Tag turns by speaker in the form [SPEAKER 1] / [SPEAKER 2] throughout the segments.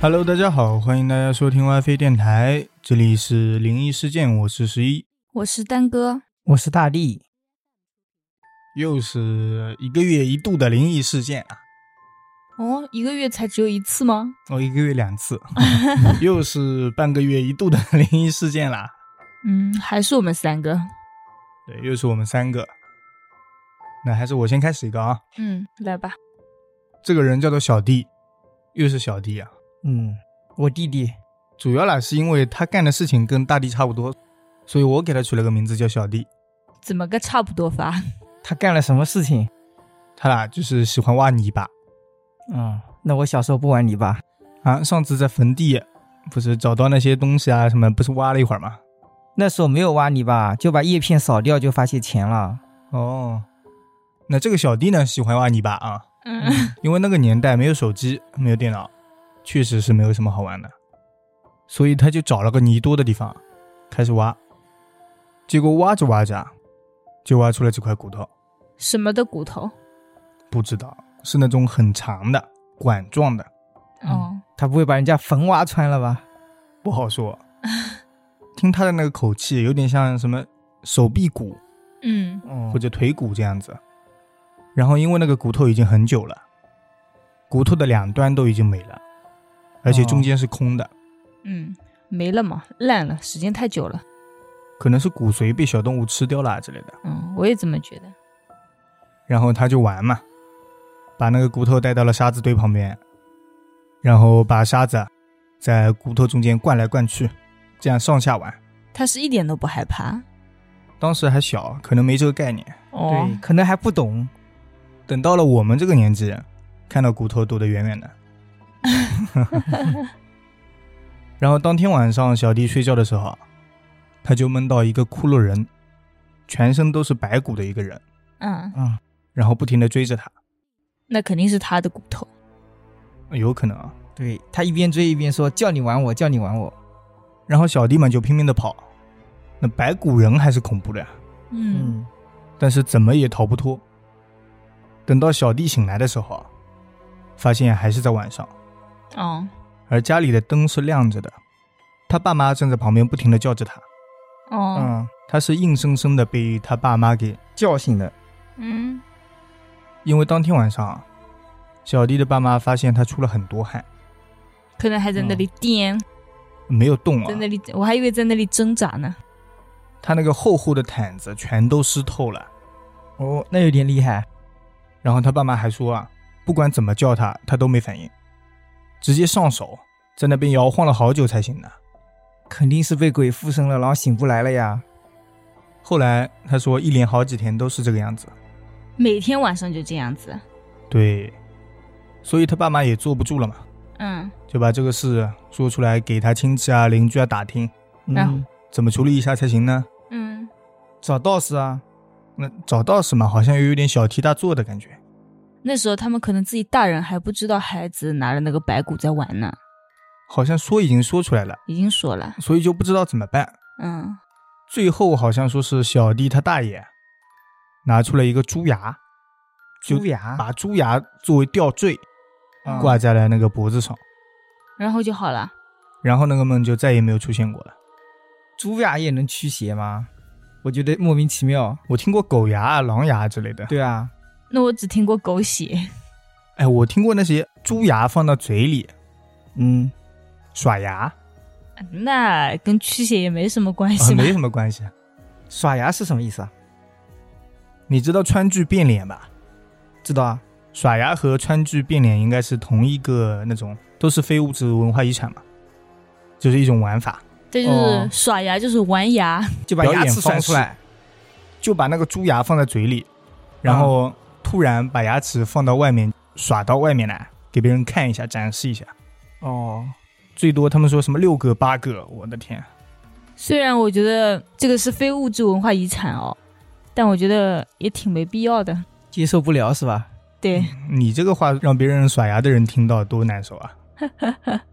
[SPEAKER 1] Hello，大家好，欢迎大家收听 WiFi 电台，这里是灵异事件，我是十一，
[SPEAKER 2] 我是丹哥，
[SPEAKER 3] 我是大力。
[SPEAKER 1] 又是一个月一度的灵异事件啊，
[SPEAKER 2] 哦，一个月才只有一次吗？
[SPEAKER 1] 我、哦一个月两 次，又是半个月一度的灵异事件啦。
[SPEAKER 2] 嗯，还是我们三个。
[SPEAKER 1] 对，又是我们三个。那还是我先开始一个啊，
[SPEAKER 2] 嗯，来吧。
[SPEAKER 1] 这个人叫做小弟，又是小弟啊。
[SPEAKER 3] 嗯，我弟弟，
[SPEAKER 1] 主要啦是因为他干的事情跟大弟差不多，所以我给他取了个名字叫小弟。
[SPEAKER 2] 怎么个差不多法？
[SPEAKER 3] 他干了什么事情？
[SPEAKER 1] 他俩就是喜欢挖泥巴
[SPEAKER 3] 嗯，那我小时候不玩泥巴。
[SPEAKER 1] 啊。上次在坟地不是找到那些东西啊什么，不是挖了一会儿吗？
[SPEAKER 3] 那时候没有挖泥巴，就把叶片扫掉，就发现钱了。
[SPEAKER 1] 哦，那这个小弟呢喜欢挖泥巴啊，
[SPEAKER 2] 嗯，
[SPEAKER 1] 因为那个年代没有手机，没有电脑，确实是没有什么好玩的，所以他就找了个泥多的地方开始挖，结果挖着挖着啊，就挖出了几块骨头，
[SPEAKER 2] 什么的骨头？
[SPEAKER 1] 不知道是那种很长的管状的，
[SPEAKER 2] 哦，
[SPEAKER 3] 他不会把人家坟挖穿了吧？
[SPEAKER 1] 不好说。听他的那个口气，有点像什么手臂骨
[SPEAKER 2] 嗯，
[SPEAKER 3] 嗯
[SPEAKER 1] 或，者腿骨这样子。然后因为那个骨头已经很久了，骨头的两端都已经没了，而且中间是空的，
[SPEAKER 2] 嗯，没了嘛，烂了，时间太久了。
[SPEAKER 1] 可能是骨髓被小动物吃掉了啊之类的。
[SPEAKER 2] 嗯，我也这么觉得。
[SPEAKER 1] 然后他就玩嘛，把那个骨头带到了沙子堆旁边，然后把沙子在骨头中间灌来灌去，这样上下玩。
[SPEAKER 2] 他是一点都不害怕。
[SPEAKER 1] 当时还小，可能没这个概念。
[SPEAKER 2] 哦
[SPEAKER 3] 对，，可能还不懂。
[SPEAKER 1] 等到了我们这个年纪，看到骨头躲得远远的。然后当天晚上，小弟睡觉的时候，他就梦到一个骷髅人，全身都是白骨的一个人，
[SPEAKER 2] 嗯，
[SPEAKER 3] 嗯，
[SPEAKER 1] 然后不停的追着他，
[SPEAKER 2] 那肯定是他的骨头。
[SPEAKER 1] 有可能啊。
[SPEAKER 3] 对他一边追一边说：“叫你玩我，叫你玩我。
[SPEAKER 1] 然后小弟们就拼命的跑，那白骨人还是恐怖的呀，
[SPEAKER 2] 嗯，”
[SPEAKER 1] 但是怎么也逃不脱。等到小弟醒来的时候，发现还是在晚上，
[SPEAKER 2] 哦，
[SPEAKER 1] 而家里的灯是亮着的，他爸妈正在旁边不停的叫着他。
[SPEAKER 2] 哦，
[SPEAKER 3] 嗯，
[SPEAKER 1] 他是硬生生的被他爸妈给，
[SPEAKER 3] 叫醒的。
[SPEAKER 2] 嗯，
[SPEAKER 1] 因为当天晚上啊，小弟的爸妈发现他出了很多汗，
[SPEAKER 2] 可能还在那里颠，
[SPEAKER 1] 没有动
[SPEAKER 2] 在
[SPEAKER 1] 啊
[SPEAKER 2] 那，里，我还以为在那里挣扎呢。
[SPEAKER 1] 他那个厚厚的毯子全都湿透了。
[SPEAKER 3] 哦，那有点厉害。
[SPEAKER 1] 然后他爸妈还说啊，不管怎么叫他，他都没反应，直接上手，在那边摇晃了好久才醒的。
[SPEAKER 3] 肯定是被鬼附身了，然后醒不来了呀。
[SPEAKER 1] 后来他说，一连好几天都是这个样子。
[SPEAKER 2] 每天晚上就这样子。
[SPEAKER 1] 对，所以他爸妈也坐不住了嘛，
[SPEAKER 2] 嗯，
[SPEAKER 1] 就把这个事说出来，给他亲戚啊、邻居啊打听，
[SPEAKER 3] 嗯，
[SPEAKER 2] 然后
[SPEAKER 1] 怎么处理一下才行呢？
[SPEAKER 2] 嗯，
[SPEAKER 3] 找道士啊。
[SPEAKER 1] 那找道士嘛，好像又有点小题大做的感觉。
[SPEAKER 2] 那时候他们可能自己大人还不知道孩子拿着那个白骨在玩呢，
[SPEAKER 1] 好像说已经说出来了，
[SPEAKER 2] 已经说了，
[SPEAKER 1] 所以就不知道怎么办。
[SPEAKER 2] 嗯，
[SPEAKER 1] 最后好像说是小弟他大爷拿出了一个猪牙，就
[SPEAKER 3] 猪牙
[SPEAKER 1] 把猪牙作为吊坠
[SPEAKER 3] 嗯
[SPEAKER 1] 挂在了那个脖子上，
[SPEAKER 2] 然后就好了。
[SPEAKER 1] 然后那个梦就再也没有出现过了。
[SPEAKER 3] 猪牙也能驱邪吗？我觉得莫名其妙。
[SPEAKER 1] 我听过狗牙、狼牙之类的，
[SPEAKER 3] 对啊，
[SPEAKER 2] 那我只听过狗血，
[SPEAKER 1] 哎，我听过那些猪牙放到嘴里
[SPEAKER 3] 嗯，
[SPEAKER 1] 耍牙，啊
[SPEAKER 2] 那跟驱邪也没什么关系嘛。
[SPEAKER 1] 没什么关系。啊
[SPEAKER 3] 耍牙是什么意思啊？
[SPEAKER 1] 你知道川剧变脸吧？
[SPEAKER 3] 知道啊，
[SPEAKER 1] 耍牙和川剧变脸应该是同一个那种，都是非物质文化遗产嘛，就是一种玩法，
[SPEAKER 2] 这就是耍牙，就是玩牙。
[SPEAKER 3] 就把
[SPEAKER 1] 表
[SPEAKER 3] 牙
[SPEAKER 1] 演
[SPEAKER 3] 齿甩
[SPEAKER 1] 方式
[SPEAKER 3] 出来。
[SPEAKER 1] 就把那个猪牙放在嘴里，然后突然把牙齿放到外面耍到外面来，给别人看一下，展示一下。
[SPEAKER 3] 哦，
[SPEAKER 1] 最多他们说什么六个八个，我的天，
[SPEAKER 2] 虽然我觉得这个是非物质文化遗产哦，但我觉得也挺没必要的。
[SPEAKER 3] 接受不了是吧？
[SPEAKER 2] 对，
[SPEAKER 1] 你这个话让别人耍牙的人听到多难受啊！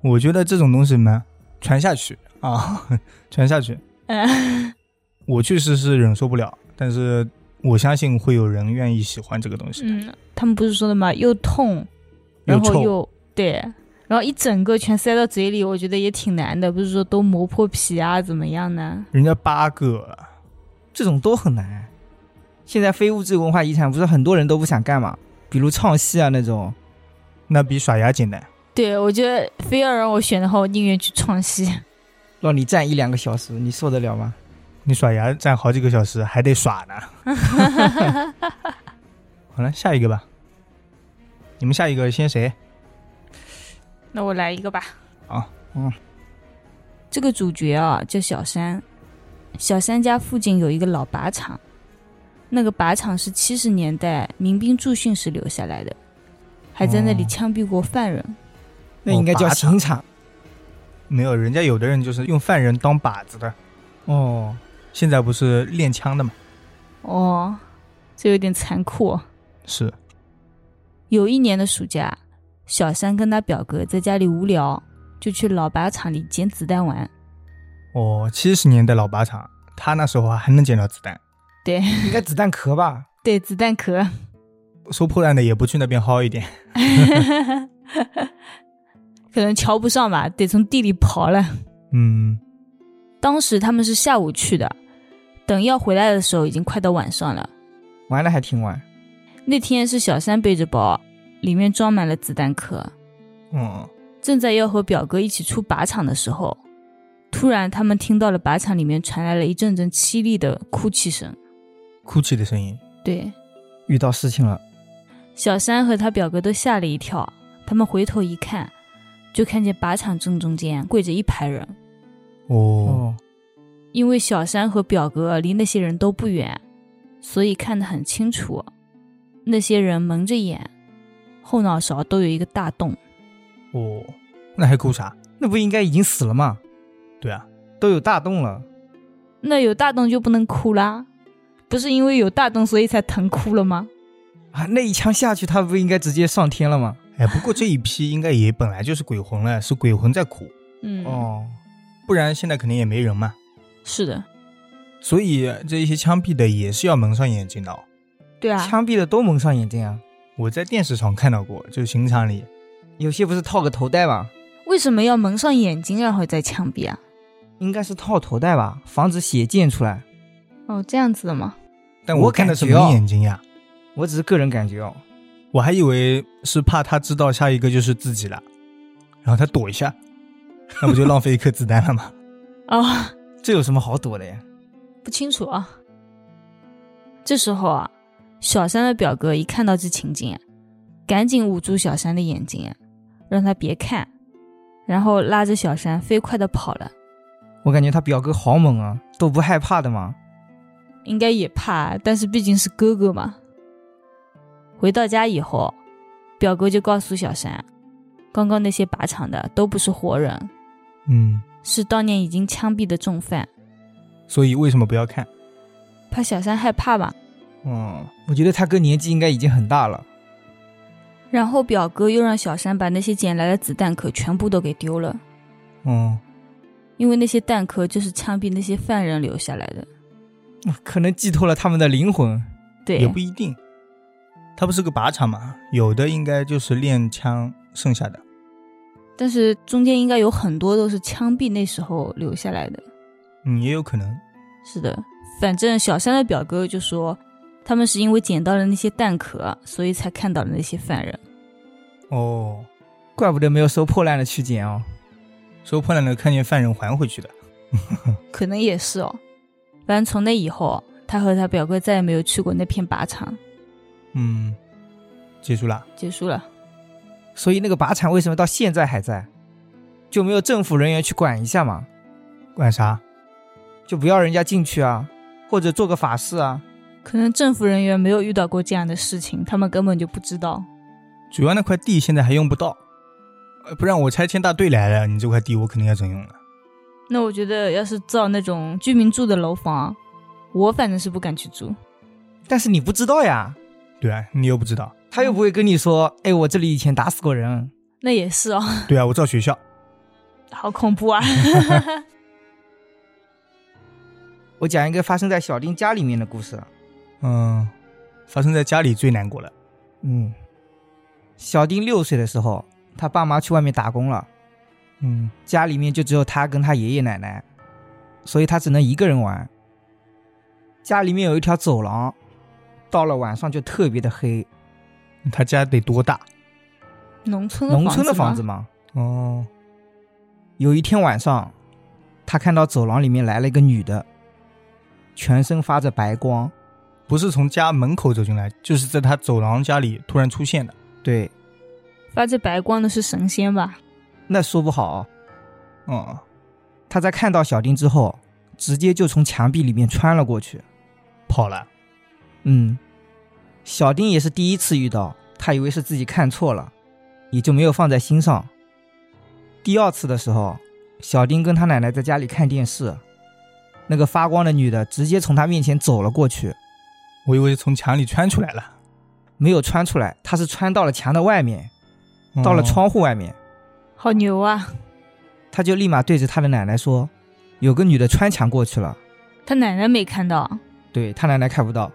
[SPEAKER 1] 我觉得这种东西嘛，传下去啊，传下去，
[SPEAKER 2] 嗯，
[SPEAKER 1] 我确实是忍受不了，但是我相信会有人愿
[SPEAKER 2] 嗯
[SPEAKER 1] 意喜欢这个东西的。
[SPEAKER 2] 嗯他们不是说的嘛，又痛，
[SPEAKER 1] 又
[SPEAKER 2] 然后
[SPEAKER 1] 臭
[SPEAKER 2] 又对，然后一整个全塞到嘴里，我觉得也挺难的，不是说都磨破皮啊怎么样呢？
[SPEAKER 1] 人家八个，
[SPEAKER 3] 这种都很难。现在非物质文化遗产不是很多人都不想干嘛？比如唱戏啊那种，
[SPEAKER 1] 那比耍牙简单。
[SPEAKER 2] 对，我觉得非要让我选的话，我宁愿去创戏。
[SPEAKER 3] 让你站一两个小时，你受得了吗？
[SPEAKER 1] 你刷牙站好几个小时，还得耍呢。好了，下一个吧。你们下一个先谁？
[SPEAKER 2] 那我来一个吧。
[SPEAKER 1] 好，
[SPEAKER 3] 嗯。
[SPEAKER 2] 这个主角啊叫小山，小山家附近有一个老靶场，那个靶场是七十年代民兵驻训时留下来的，还在那里
[SPEAKER 1] 哦
[SPEAKER 2] 枪毙过犯人。
[SPEAKER 3] 那应该叫刑场
[SPEAKER 1] 没有，人家有的人就是用犯人当靶子的。
[SPEAKER 3] 哦。
[SPEAKER 1] 现在不是练枪的嘛？
[SPEAKER 2] 哦，这有点残酷、哦。
[SPEAKER 1] 是，
[SPEAKER 2] 有一年的暑假，小山跟他表哥在家里无聊，就去老靶场里捡子弹玩。
[SPEAKER 1] 哦，七十年代老靶场，他那时候还能捡到子弹，
[SPEAKER 2] 对
[SPEAKER 3] 应该子弹壳吧？
[SPEAKER 2] 对，子弹壳。
[SPEAKER 1] 收破烂的也不去那边薅一点。
[SPEAKER 2] 可能瞧不上吧，得从地里刨了。
[SPEAKER 1] 嗯，
[SPEAKER 2] 当时他们是下午去的，等要回来的时候已经快到晚上了。
[SPEAKER 3] 玩的还挺晚。
[SPEAKER 2] 那天是小山背着包，里面装满了子弹壳，
[SPEAKER 1] 嗯，
[SPEAKER 2] 正在要和表哥一起出靶场的时候，突然他们听到了靶场里面传来了一阵阵凄厉的哭泣声。
[SPEAKER 1] 哭泣的声音。
[SPEAKER 2] 对，
[SPEAKER 3] 遇到事情了，
[SPEAKER 2] 小山和他表哥都吓了一跳，他们回头一看，就看见靶场正中间跪着一排人，
[SPEAKER 1] 哦，
[SPEAKER 3] 哦，
[SPEAKER 2] 因为小山和表哥离那些人都不远，所以看得很清楚。那些人蒙着眼，后脑勺都有一个大洞。
[SPEAKER 1] 哦，那还哭啥？
[SPEAKER 3] 那不应该已经死了吗？
[SPEAKER 1] 对啊，
[SPEAKER 3] 都有大洞了，
[SPEAKER 2] 那有大洞就不能哭啦？不是因为有大洞所以才疼哭了吗？
[SPEAKER 3] 啊，那一枪下去，他不应该直接上天了吗？
[SPEAKER 1] 哎，不过这一批应该也本来就是鬼魂了，是鬼魂在哭，
[SPEAKER 2] 嗯，
[SPEAKER 3] 哦，
[SPEAKER 1] 不然现在肯定也没人嘛。
[SPEAKER 2] 是的，
[SPEAKER 1] 所以这一些枪毙的也是要蒙上眼睛的、哦。
[SPEAKER 2] 对啊，
[SPEAKER 3] 枪毙的都蒙上眼睛啊，
[SPEAKER 1] 我在电视上看到过，就刑场里，
[SPEAKER 3] 有些不是套个头带吧？
[SPEAKER 2] 为什么要蒙上眼睛然后再枪毙啊？
[SPEAKER 3] 应该是套头带吧，防止血溅出来。
[SPEAKER 2] 哦，这样子的吗？
[SPEAKER 1] 但
[SPEAKER 3] 我
[SPEAKER 1] 看的是
[SPEAKER 3] 感觉哦
[SPEAKER 1] 蒙眼睛呀，
[SPEAKER 3] 我只是个人感觉哦，
[SPEAKER 1] 我还以为是怕他知道下一个就是自己了，然后他躲一下，那不就浪费一颗子弹了 吗？
[SPEAKER 2] 哦，
[SPEAKER 3] 这有什么好躲的呀？
[SPEAKER 2] 不清楚啊。这时候啊，小山的表哥一看到这情景，啊赶紧捂住小山的眼睛，啊让他别看，然后拉着小山飞快的跑了。
[SPEAKER 3] 我感觉他表哥好猛啊，都不害怕的嘛。
[SPEAKER 2] 应该也怕，但是毕竟是哥哥嘛。回到家以后，表哥就告诉小山，刚刚那些靶场的都不是活人，
[SPEAKER 1] 嗯，
[SPEAKER 2] 是当年已经枪毙的重犯。
[SPEAKER 1] 所以为什么不要看？
[SPEAKER 2] 怕小山害怕嘛，
[SPEAKER 1] 嗯，
[SPEAKER 3] 我觉得他哥年纪应该已经很大了，
[SPEAKER 2] 然后表哥又让小山把那些捡来的子弹壳全部都给丢了。
[SPEAKER 1] 哦，
[SPEAKER 2] 因为那些弹壳就是枪毙那些犯人留下来的。
[SPEAKER 3] 可能寄托了他们的灵魂。
[SPEAKER 2] 对
[SPEAKER 1] 也，不一定，他不是个靶场嘛，有的应该就是练枪剩下的。
[SPEAKER 2] 但是中间应该有很多都是枪毙那时候留下来的。
[SPEAKER 1] 嗯，也有可能。
[SPEAKER 2] 是的，反正小山的表哥就说，他们是因为捡到了那些弹壳，所以才看到了那些犯人。
[SPEAKER 1] 哦，
[SPEAKER 3] 怪不得没有收破烂的去捡哦。
[SPEAKER 1] 收破烂的看见犯人还回去的。
[SPEAKER 2] 可能也是哦。反正从那以后，他和他表哥再也没有去过那片靶场。
[SPEAKER 1] 嗯，结束啦。
[SPEAKER 2] 结束了，
[SPEAKER 3] 所以那个靶场为什么到现在还在？就没有政府人员去管一下嘛？
[SPEAKER 1] 管啥？
[SPEAKER 3] 就不要人家进去啊，或者做个法事啊？
[SPEAKER 2] 可能政府人员没有遇到过这样的事情，他们根本就不知道。
[SPEAKER 1] 主要那块地现在还用不到，呃不然我拆迁大队来了，你这块地我肯定要征用了。
[SPEAKER 2] 那我觉得，要是造那种居民住的楼房，我反正是不敢去住。
[SPEAKER 3] 但是你不知道呀，
[SPEAKER 1] 对啊，你又不知道。
[SPEAKER 3] 他又不会跟你说，哎，我这里以前打死过人。
[SPEAKER 2] 那也是哦，
[SPEAKER 1] 对啊，我造学校。
[SPEAKER 2] 好恐怖 啊！
[SPEAKER 3] 我讲一个发生在小丁家里面的故事。
[SPEAKER 1] 嗯，发生在家里最难过了。
[SPEAKER 3] 嗯，小丁六岁的时候，他爸妈去外面打工了，
[SPEAKER 1] 嗯，
[SPEAKER 3] 家里面就只有他跟他爷爷奶奶，所以他只能一个人玩。家里面有一条走廊，到了晚上就特别的黑，
[SPEAKER 1] 他家得多大？
[SPEAKER 2] 农村
[SPEAKER 3] 农村的
[SPEAKER 2] 房
[SPEAKER 3] 房子嘛。
[SPEAKER 1] 哦，
[SPEAKER 3] 有一天晚上，他看到走廊里面来了一个女的，全身发着白光，
[SPEAKER 1] 不是从家门口走进来，就是在他走廊家里突然出现的。
[SPEAKER 3] 对，
[SPEAKER 2] 发着白光的是神仙吧？
[SPEAKER 3] 那说不好。
[SPEAKER 1] 嗯，
[SPEAKER 3] 他在看到小丁之后，直接就从墙壁里面穿了过去。
[SPEAKER 1] 跑了。
[SPEAKER 3] 嗯，小丁也是第一次遇到，他以为是自己看错了，也就没有放在心上。第二次的时候，小丁跟他奶奶在家里看电视，那个发光的女的直接从他面前走了过去，
[SPEAKER 1] 我以为从墙里穿出来了，
[SPEAKER 3] 没有穿出来，她是穿到了墙的外面，到了
[SPEAKER 1] 嗯，
[SPEAKER 3] 窗户外面，
[SPEAKER 2] 好牛啊！
[SPEAKER 3] 他就立马对着他的奶奶说：“有个女的穿墙过去了。
[SPEAKER 2] 他奶奶没看到，
[SPEAKER 3] 对”他奶奶看不到，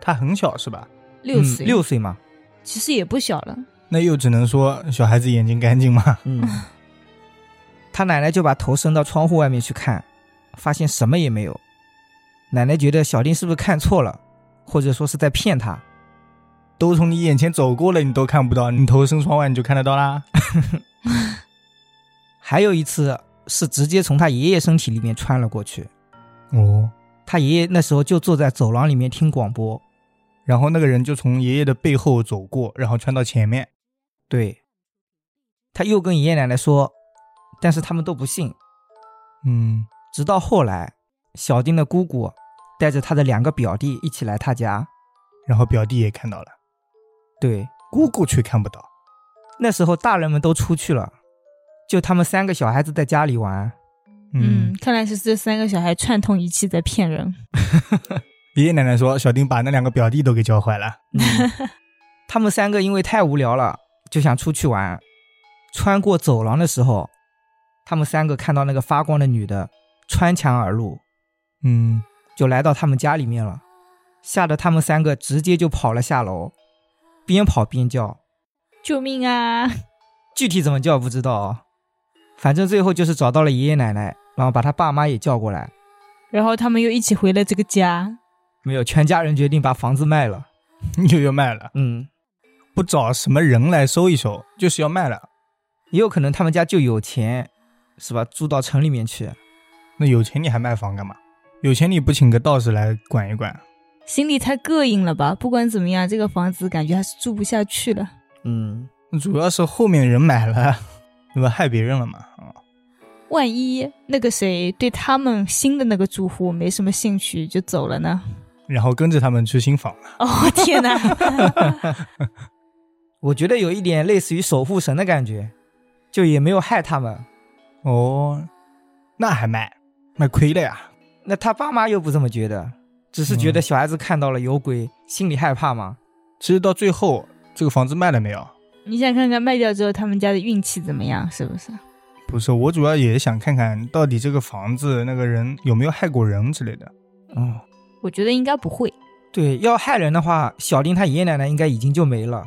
[SPEAKER 1] 他很小是吧？
[SPEAKER 2] 六
[SPEAKER 3] 嗯
[SPEAKER 2] 岁，
[SPEAKER 3] 六岁嘛，
[SPEAKER 2] 其实也不小了。
[SPEAKER 1] 那又只能说小孩子眼睛干净嘛。
[SPEAKER 3] 嗯， 他奶奶就把头伸到窗户外面去看，发现什么也没有。奶奶觉得小丁是不是看错了，或者说是在骗他？
[SPEAKER 1] 都从你眼前走过了，你都看不到，你头伸窗外你就看得到啦。
[SPEAKER 3] 还有一次是直接从他爷爷身体里面穿了过去。
[SPEAKER 1] 哦，
[SPEAKER 3] 他爷爷那时候就坐在走廊里面听广播，
[SPEAKER 1] 然后那个人就从爷爷的背后走过，然后穿到前面。
[SPEAKER 3] 对，他又跟爷爷奶奶说，但是他们都不信。
[SPEAKER 1] 嗯，
[SPEAKER 3] 直到后来，小丁的姑姑带着他的两个表弟一起来他家，
[SPEAKER 1] 然后表弟也看到了，
[SPEAKER 3] 对，
[SPEAKER 1] 姑姑却看不到。
[SPEAKER 3] 那时候大人们都出去了，就他们三个小孩子在家里玩。
[SPEAKER 2] 嗯，看来是这三个小孩串通一气在骗人。
[SPEAKER 1] 爷爷奶奶说，小丁把那两个表弟都给教坏了。
[SPEAKER 3] 嗯他们三个因为太无聊了，就想出去玩。穿过走廊的时候，他们三个看到那个发光的女的穿墙而入，
[SPEAKER 1] 嗯，
[SPEAKER 3] 就来到他们家里面了，吓得他们三个直接就跑了下楼，边跑边叫，
[SPEAKER 2] 救命啊！
[SPEAKER 3] 具体怎么叫不知道啊、反正最后就是找到了爷爷奶奶，然后把他爸妈也叫过来，
[SPEAKER 2] 然后他们又一起回了这个家。
[SPEAKER 3] 没有，全家人决定把房子卖了。
[SPEAKER 1] 又要卖了，
[SPEAKER 3] 嗯，
[SPEAKER 1] 不找什么人来收一收，就是要卖了。
[SPEAKER 3] 也有可能他们家就有钱，是吧？住到城里面去，
[SPEAKER 1] 那有钱你还卖房干嘛？有钱你不请个道士来管一管？
[SPEAKER 2] 心里太膈应了吧？不管怎么样，这个房子感觉还是住不下去了。
[SPEAKER 3] 嗯，
[SPEAKER 1] 主要是后面人买了， 对吧？害别人了嘛。啊，
[SPEAKER 2] 万一那个谁对他们新的那个住户没什么兴趣就走了呢？
[SPEAKER 1] 然后跟着他们去新房了。
[SPEAKER 2] 哦天哪！
[SPEAKER 3] 我觉得有一点类似于守护神的感觉，就也没有害他们。
[SPEAKER 1] 哦，那还卖？卖亏了呀。
[SPEAKER 3] 那他爸妈又不这么觉得，只是觉得小孩子看到了有鬼，心里害怕嘛。
[SPEAKER 1] 其实到最后，这个房子卖了没有？
[SPEAKER 2] 你想看看卖掉之后他们家的运气怎么样？是不是？
[SPEAKER 1] 不是，我主要也想看看到底这个房子那个人有没有害过人之类的。
[SPEAKER 3] 嗯，
[SPEAKER 2] 我觉得应该不会。
[SPEAKER 3] 对，要害人的话，小丁他爷爷奶奶应该已经就没了。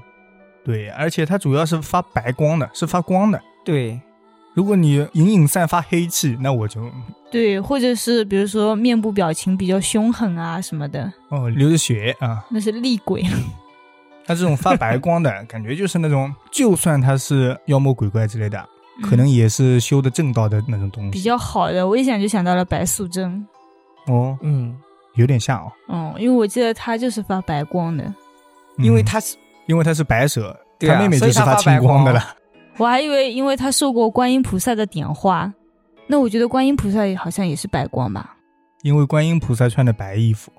[SPEAKER 1] 对，而且它主要是发白光的，是发光的。
[SPEAKER 3] 对，
[SPEAKER 1] 如果你隐隐散发黑气，那我就
[SPEAKER 2] 对，或者是比如说面部表情比较凶狠啊什么的，
[SPEAKER 1] 哦流着血啊。
[SPEAKER 2] 那是厉鬼。
[SPEAKER 1] 它这种发 白光的感觉，就是那种就算它是妖魔鬼怪之类的，可能
[SPEAKER 2] 嗯
[SPEAKER 1] 也是修的正道的那种东
[SPEAKER 2] 比
[SPEAKER 1] 西。
[SPEAKER 2] 较好的，我一想就想到了白素贞。
[SPEAKER 1] 哦，
[SPEAKER 3] 嗯，
[SPEAKER 1] 有点像哦，
[SPEAKER 2] 嗯，因为我记得她就是发白光的，
[SPEAKER 3] 因为
[SPEAKER 1] 嗯
[SPEAKER 3] 他是、
[SPEAKER 1] 因为它是白蛇，
[SPEAKER 3] 对啊
[SPEAKER 1] 它妹妹就是
[SPEAKER 3] 所以它发
[SPEAKER 1] 青光的
[SPEAKER 3] 白光
[SPEAKER 1] 了。
[SPEAKER 2] 我还以为因为她受过观音菩萨的点化，那我觉得观音菩萨也好像也是白光吧。
[SPEAKER 1] 因为观音菩萨穿的白衣服，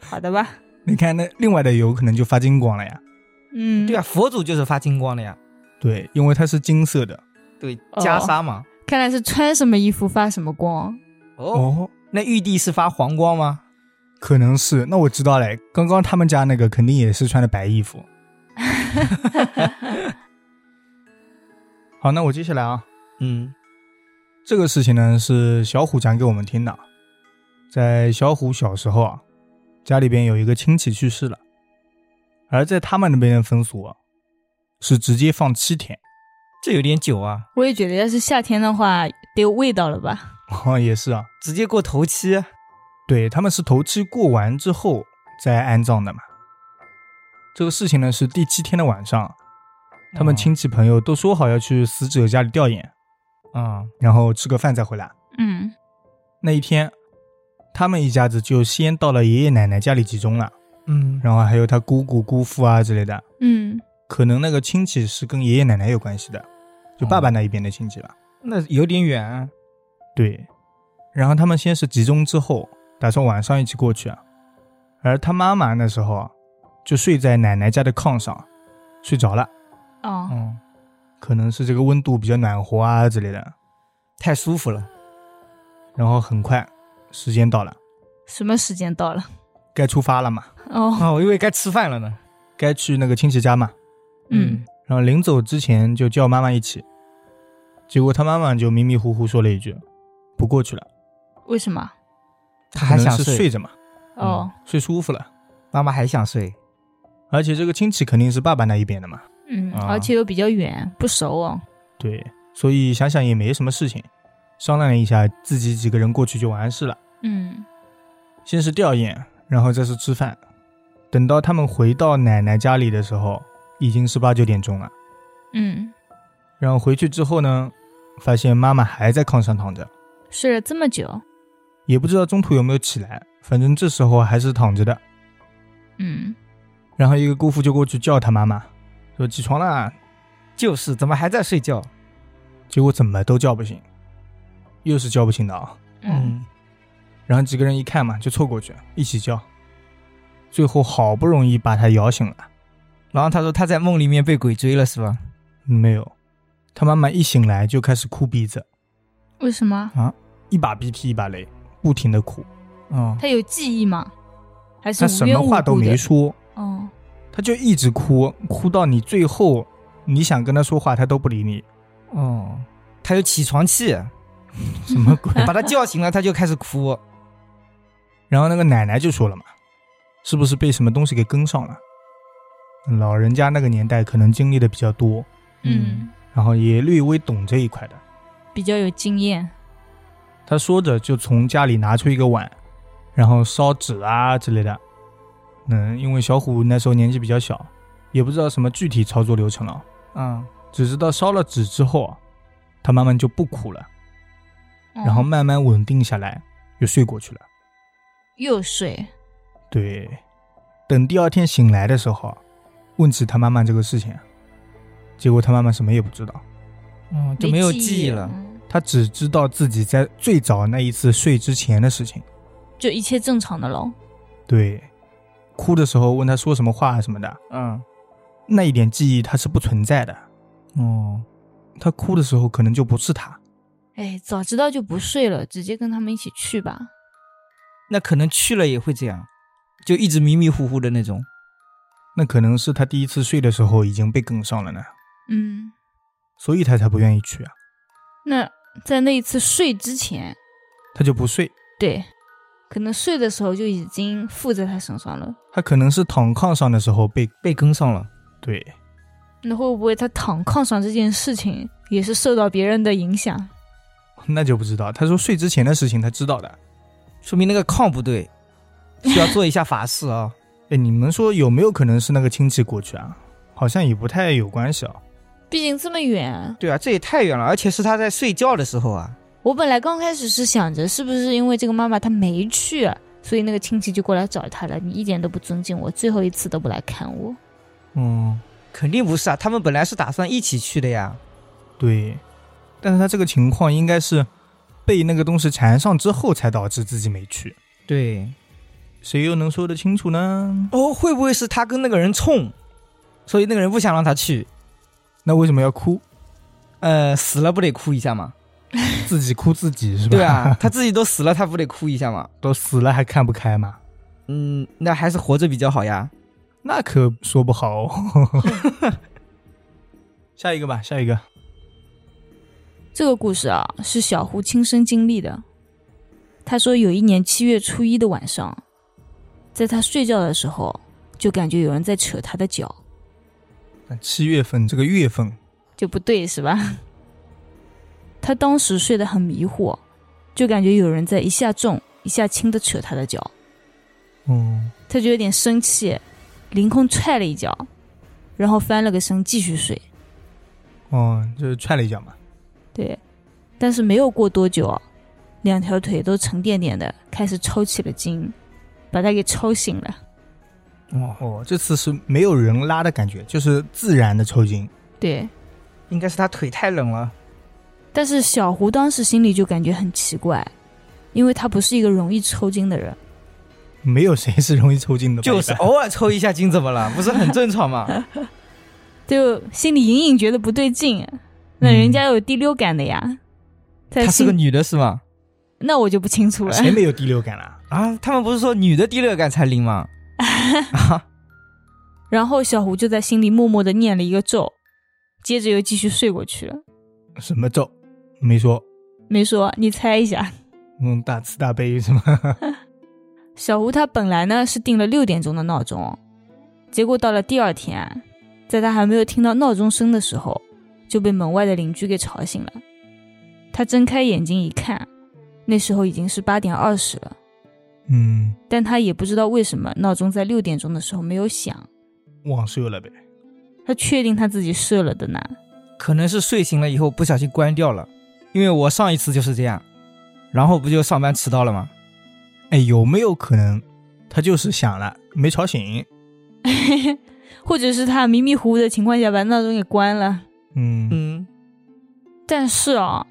[SPEAKER 2] 好的吧，
[SPEAKER 1] 你看那另外的有可能就发金光了呀。
[SPEAKER 2] 嗯，
[SPEAKER 3] 对啊，佛祖就是发金光的呀。
[SPEAKER 1] 对，因为它是金色的。
[SPEAKER 3] 对，
[SPEAKER 2] 哦
[SPEAKER 3] 袈裟嘛。
[SPEAKER 2] 看来是穿什么衣服发什么光。
[SPEAKER 3] 哦，
[SPEAKER 1] 哦，
[SPEAKER 3] 那玉帝是发黄光吗？
[SPEAKER 1] 可能是。那我知道嘞，刚刚他们家那个肯定也是穿的白衣服。好，那我接下来啊，
[SPEAKER 3] 嗯，
[SPEAKER 1] 这个事情呢是小虎讲给我们听的。在小虎小时候啊，家里边有一个亲戚去世了，而在他们那边的风俗啊，是直接放七天。
[SPEAKER 3] 这有点久啊，
[SPEAKER 2] 我也觉得，要是夏天的话，得有味道了吧？
[SPEAKER 1] 哦，也是啊，
[SPEAKER 3] 直接过头七。
[SPEAKER 1] 对，他们是头七过完之后再安葬的嘛。这个事情呢是第七天的晚上，他们亲戚朋友都说好要去死者家里吊唁，
[SPEAKER 3] 啊、
[SPEAKER 1] 然后吃个饭再回来。
[SPEAKER 2] 嗯，
[SPEAKER 1] 那一天，他们一家子就先到了爷爷奶奶家里集中了，
[SPEAKER 3] 嗯，
[SPEAKER 1] 然后还有他姑姑、姑父啊之类的。
[SPEAKER 2] 嗯，
[SPEAKER 1] 可能那个亲戚是跟爷爷奶奶有关系的，就爸爸那一边的亲戚吧。
[SPEAKER 3] 那有点远。啊
[SPEAKER 1] 对，然后他们先是集中之后，打算晚上一起过去啊。而他妈妈那时候啊，就睡在奶奶家的炕上，睡着了，
[SPEAKER 2] 哦，
[SPEAKER 3] 嗯，
[SPEAKER 1] 可能是这个温度比较暖和啊之类的。
[SPEAKER 3] 太舒服了。
[SPEAKER 1] 然后很快时间到了，
[SPEAKER 2] 什么时间到了？
[SPEAKER 1] 该出发了嘛，
[SPEAKER 2] 哦，
[SPEAKER 3] 啊，我以为该吃饭了呢。
[SPEAKER 1] 该去那个亲戚家嘛。
[SPEAKER 2] 嗯，
[SPEAKER 1] 然后临走之前就叫妈妈一起，结果他妈妈就迷迷糊糊说了一句：“不过去了。
[SPEAKER 2] 为什么？”
[SPEAKER 3] 他还想
[SPEAKER 1] 可能是睡着嘛，
[SPEAKER 2] 哦，
[SPEAKER 1] 睡舒服了。
[SPEAKER 3] 妈妈还想睡。
[SPEAKER 1] 而且这个亲戚肯定是爸爸那一边的嘛，
[SPEAKER 2] 嗯，
[SPEAKER 3] 啊
[SPEAKER 2] 而且又比较远，不熟哦。
[SPEAKER 1] 对，所以想想也没什么事情，商量了一下，自己几个人过去就完事了。
[SPEAKER 2] 嗯，
[SPEAKER 1] 先是吊唁，然后再是吃饭。等到他们回到奶奶家里的时候，已经是八九点钟了。
[SPEAKER 2] 嗯，
[SPEAKER 1] 然后回去之后呢，发现妈妈还在炕上躺着，
[SPEAKER 2] 睡了这么久，
[SPEAKER 1] 也不知道中途有没有起来，反正这时候还是躺着的。
[SPEAKER 2] 嗯，
[SPEAKER 1] 然后一个姑父就过去叫他妈妈，说起床啦，
[SPEAKER 3] 就是怎么还在睡觉？
[SPEAKER 1] 结果怎么都叫不醒，又是叫不醒的啊。
[SPEAKER 2] 嗯，，
[SPEAKER 1] 然后几个人一看嘛，就凑过去一起叫，最后好不容易把他摇醒了。
[SPEAKER 3] 然后他说他在梦里面被鬼追了，是吧？
[SPEAKER 1] 没有，他妈妈一醒来就开始哭鼻子，
[SPEAKER 2] 为什么？
[SPEAKER 1] 一把鼻涕一把泪，不停的哭。
[SPEAKER 3] 哦，
[SPEAKER 2] 他有记忆吗？还是
[SPEAKER 1] 他什
[SPEAKER 2] 无缘
[SPEAKER 1] 么
[SPEAKER 2] 无
[SPEAKER 1] 话
[SPEAKER 2] 故
[SPEAKER 1] 都没
[SPEAKER 2] 的？
[SPEAKER 1] 说，
[SPEAKER 2] 哦，
[SPEAKER 1] 他就一直哭，哭到你最后你想跟他说话，他都不理你。
[SPEAKER 3] 哦，他有起床气，
[SPEAKER 1] 什么鬼？
[SPEAKER 3] 把他叫醒了，他就开始哭。
[SPEAKER 1] 然后那个奶奶就说了嘛，是不是被什么东西给跟上了？老人家那个年代可能经历的比较多，
[SPEAKER 2] 嗯，
[SPEAKER 1] 然后也略微懂这一块的。
[SPEAKER 2] 比较有经验。
[SPEAKER 1] 他说着就从家里拿出一个碗，然后烧纸啊之类的。嗯，因为小虎那时候年纪比较小，也不知道什么具体操作流程了，
[SPEAKER 3] 嗯，
[SPEAKER 1] 只知道烧了纸之后，啊他慢慢就不哭了，
[SPEAKER 2] 哦
[SPEAKER 1] 然后慢慢稳定下来，又睡过去了。
[SPEAKER 2] 又睡，
[SPEAKER 1] 对，等第二天醒来的时候，啊问起他妈妈这个事情，啊结果他妈妈什么也不知道，
[SPEAKER 3] 嗯，就没有
[SPEAKER 2] 记
[SPEAKER 3] 记忆了。
[SPEAKER 2] 嗯
[SPEAKER 1] 他只知道自己在最早那一次睡之前的事情。
[SPEAKER 2] 嗯就一切正常的喽。
[SPEAKER 1] 对，哭的时候问他说什么话啊什么的，
[SPEAKER 3] 嗯，
[SPEAKER 1] 那一点记忆它是不存在的。
[SPEAKER 3] 哦，
[SPEAKER 1] 他哭的时候可能就不是他。
[SPEAKER 2] 哎，早知道就不睡了，直接跟他们一起去吧。
[SPEAKER 3] 那可能去了也会这样，就一直迷迷糊糊的那种。
[SPEAKER 1] 那可能是他第一次睡的时候已经被跟上了呢，
[SPEAKER 2] 嗯，
[SPEAKER 1] 所以他才不愿意去啊。
[SPEAKER 2] 那在那一次睡之前，
[SPEAKER 1] 他就不睡，
[SPEAKER 2] 对，可能睡的时候就已经附在他身上了。
[SPEAKER 1] 他可能是躺炕上的时候被
[SPEAKER 3] 被跟上了，
[SPEAKER 1] 对，
[SPEAKER 2] 那会不会他躺炕上这件事情也是受到别人的影响？
[SPEAKER 1] 那就不知道。他说睡之前的事情他知道的。
[SPEAKER 3] 说明那个炕不对，需要做一下法事啊。
[SPEAKER 1] 哎，你们说有没有可能是那个亲戚过去啊？好像也不太有关系啊。
[SPEAKER 2] 毕竟这么远，
[SPEAKER 3] 对啊，这也太远了，而且是他在睡觉的时候啊。
[SPEAKER 2] 我本来刚开始是想着是不是因为这个妈妈她没去、所以那个亲戚就过来找她了。你一点都不尊敬我，最后一次都不来看我。
[SPEAKER 1] 嗯，
[SPEAKER 3] 肯定不是啊，他们本来是打算一起去的呀。
[SPEAKER 1] 对，但是他这个情况应该是被那个东西缠上之后才导致自己没去，
[SPEAKER 3] 对，
[SPEAKER 1] 谁又能说得清楚呢？
[SPEAKER 3] 哦，会不会是他跟那个人冲，所以那个人不想让他去？
[SPEAKER 1] 那为什么要哭？
[SPEAKER 3] 呃，死了不得哭一下嘛？
[SPEAKER 1] 自己哭自己是吧？
[SPEAKER 3] 对啊，他自己都死了，他不得哭一下嘛？
[SPEAKER 1] 都死了还看不开吗？
[SPEAKER 3] 嗯，那还是活着比较好呀。
[SPEAKER 1] 那可说不好、哦。 下一个吧，下一个。
[SPEAKER 2] 这个故事啊，是小胡亲身经历的。他说，有一年七月初一的晚上，在他睡觉的时候，就感觉有人在扯他的脚。
[SPEAKER 1] 但七月份这个月份，
[SPEAKER 2] 就不对是吧？他当时睡得很迷糊，就感觉有人在一下重一下轻的扯他的脚，
[SPEAKER 1] 嗯，
[SPEAKER 2] 他就有点生气，凌空踹了一脚，然后翻了个身继续睡。
[SPEAKER 1] 哦，就是踹了一脚嘛。
[SPEAKER 2] 对，但是没有过多久，两条腿都沉甸甸的开始抽起了筋，把他给抽醒了。
[SPEAKER 3] 哦，
[SPEAKER 1] 哦，这次是没有人拉的感觉，就是自然的抽筋。
[SPEAKER 2] 对，
[SPEAKER 3] 应该是他腿太冷 了。
[SPEAKER 2] 但是小胡当时心里就感觉很奇怪，因为他不是一个容易抽筋的人。
[SPEAKER 1] 没有谁是容易抽筋的吧，
[SPEAKER 3] 就是
[SPEAKER 1] 一般
[SPEAKER 3] 偶尔抽一下筋怎么了？不是很正常吗？
[SPEAKER 2] 就心里隐隐觉得不对劲。那人家有第六感的呀，他
[SPEAKER 3] 嗯她是
[SPEAKER 2] 心
[SPEAKER 3] 个女的是吗？
[SPEAKER 2] 那我就不清楚了。
[SPEAKER 1] 谁没有第六感啦？
[SPEAKER 3] 啊，他们不是说女的第六感才灵吗？啊，
[SPEAKER 2] 然后小胡就在心里默默的念了一个咒，接着又继续睡过去了。
[SPEAKER 1] 什么咒？没说。
[SPEAKER 2] 没说，你猜一下。
[SPEAKER 1] 嗯，大慈大悲是吗？
[SPEAKER 2] 小胡他本来呢是定了六点钟的闹钟，哦结果到了第二天，啊在他还没有听到闹钟声的时候，就被门外的邻居给吵醒了。他睁开眼睛一看，那时候已经是八点二十了，
[SPEAKER 1] 嗯，
[SPEAKER 2] 但他也不知道为什么闹钟在六点钟的时候没有响。
[SPEAKER 1] 忘射了呗。
[SPEAKER 2] 他确定他自己射了的呢。
[SPEAKER 3] 可能是睡醒了以后不小心关掉了，因为我上一次就是这样，然后不就上班迟到了吗？
[SPEAKER 1] 哎，有没有可能他就是想了，没吵醒？
[SPEAKER 2] 或者是他迷迷糊糊的情况下把闹钟给关了。
[SPEAKER 1] 嗯
[SPEAKER 3] 嗯，
[SPEAKER 2] 但是啊，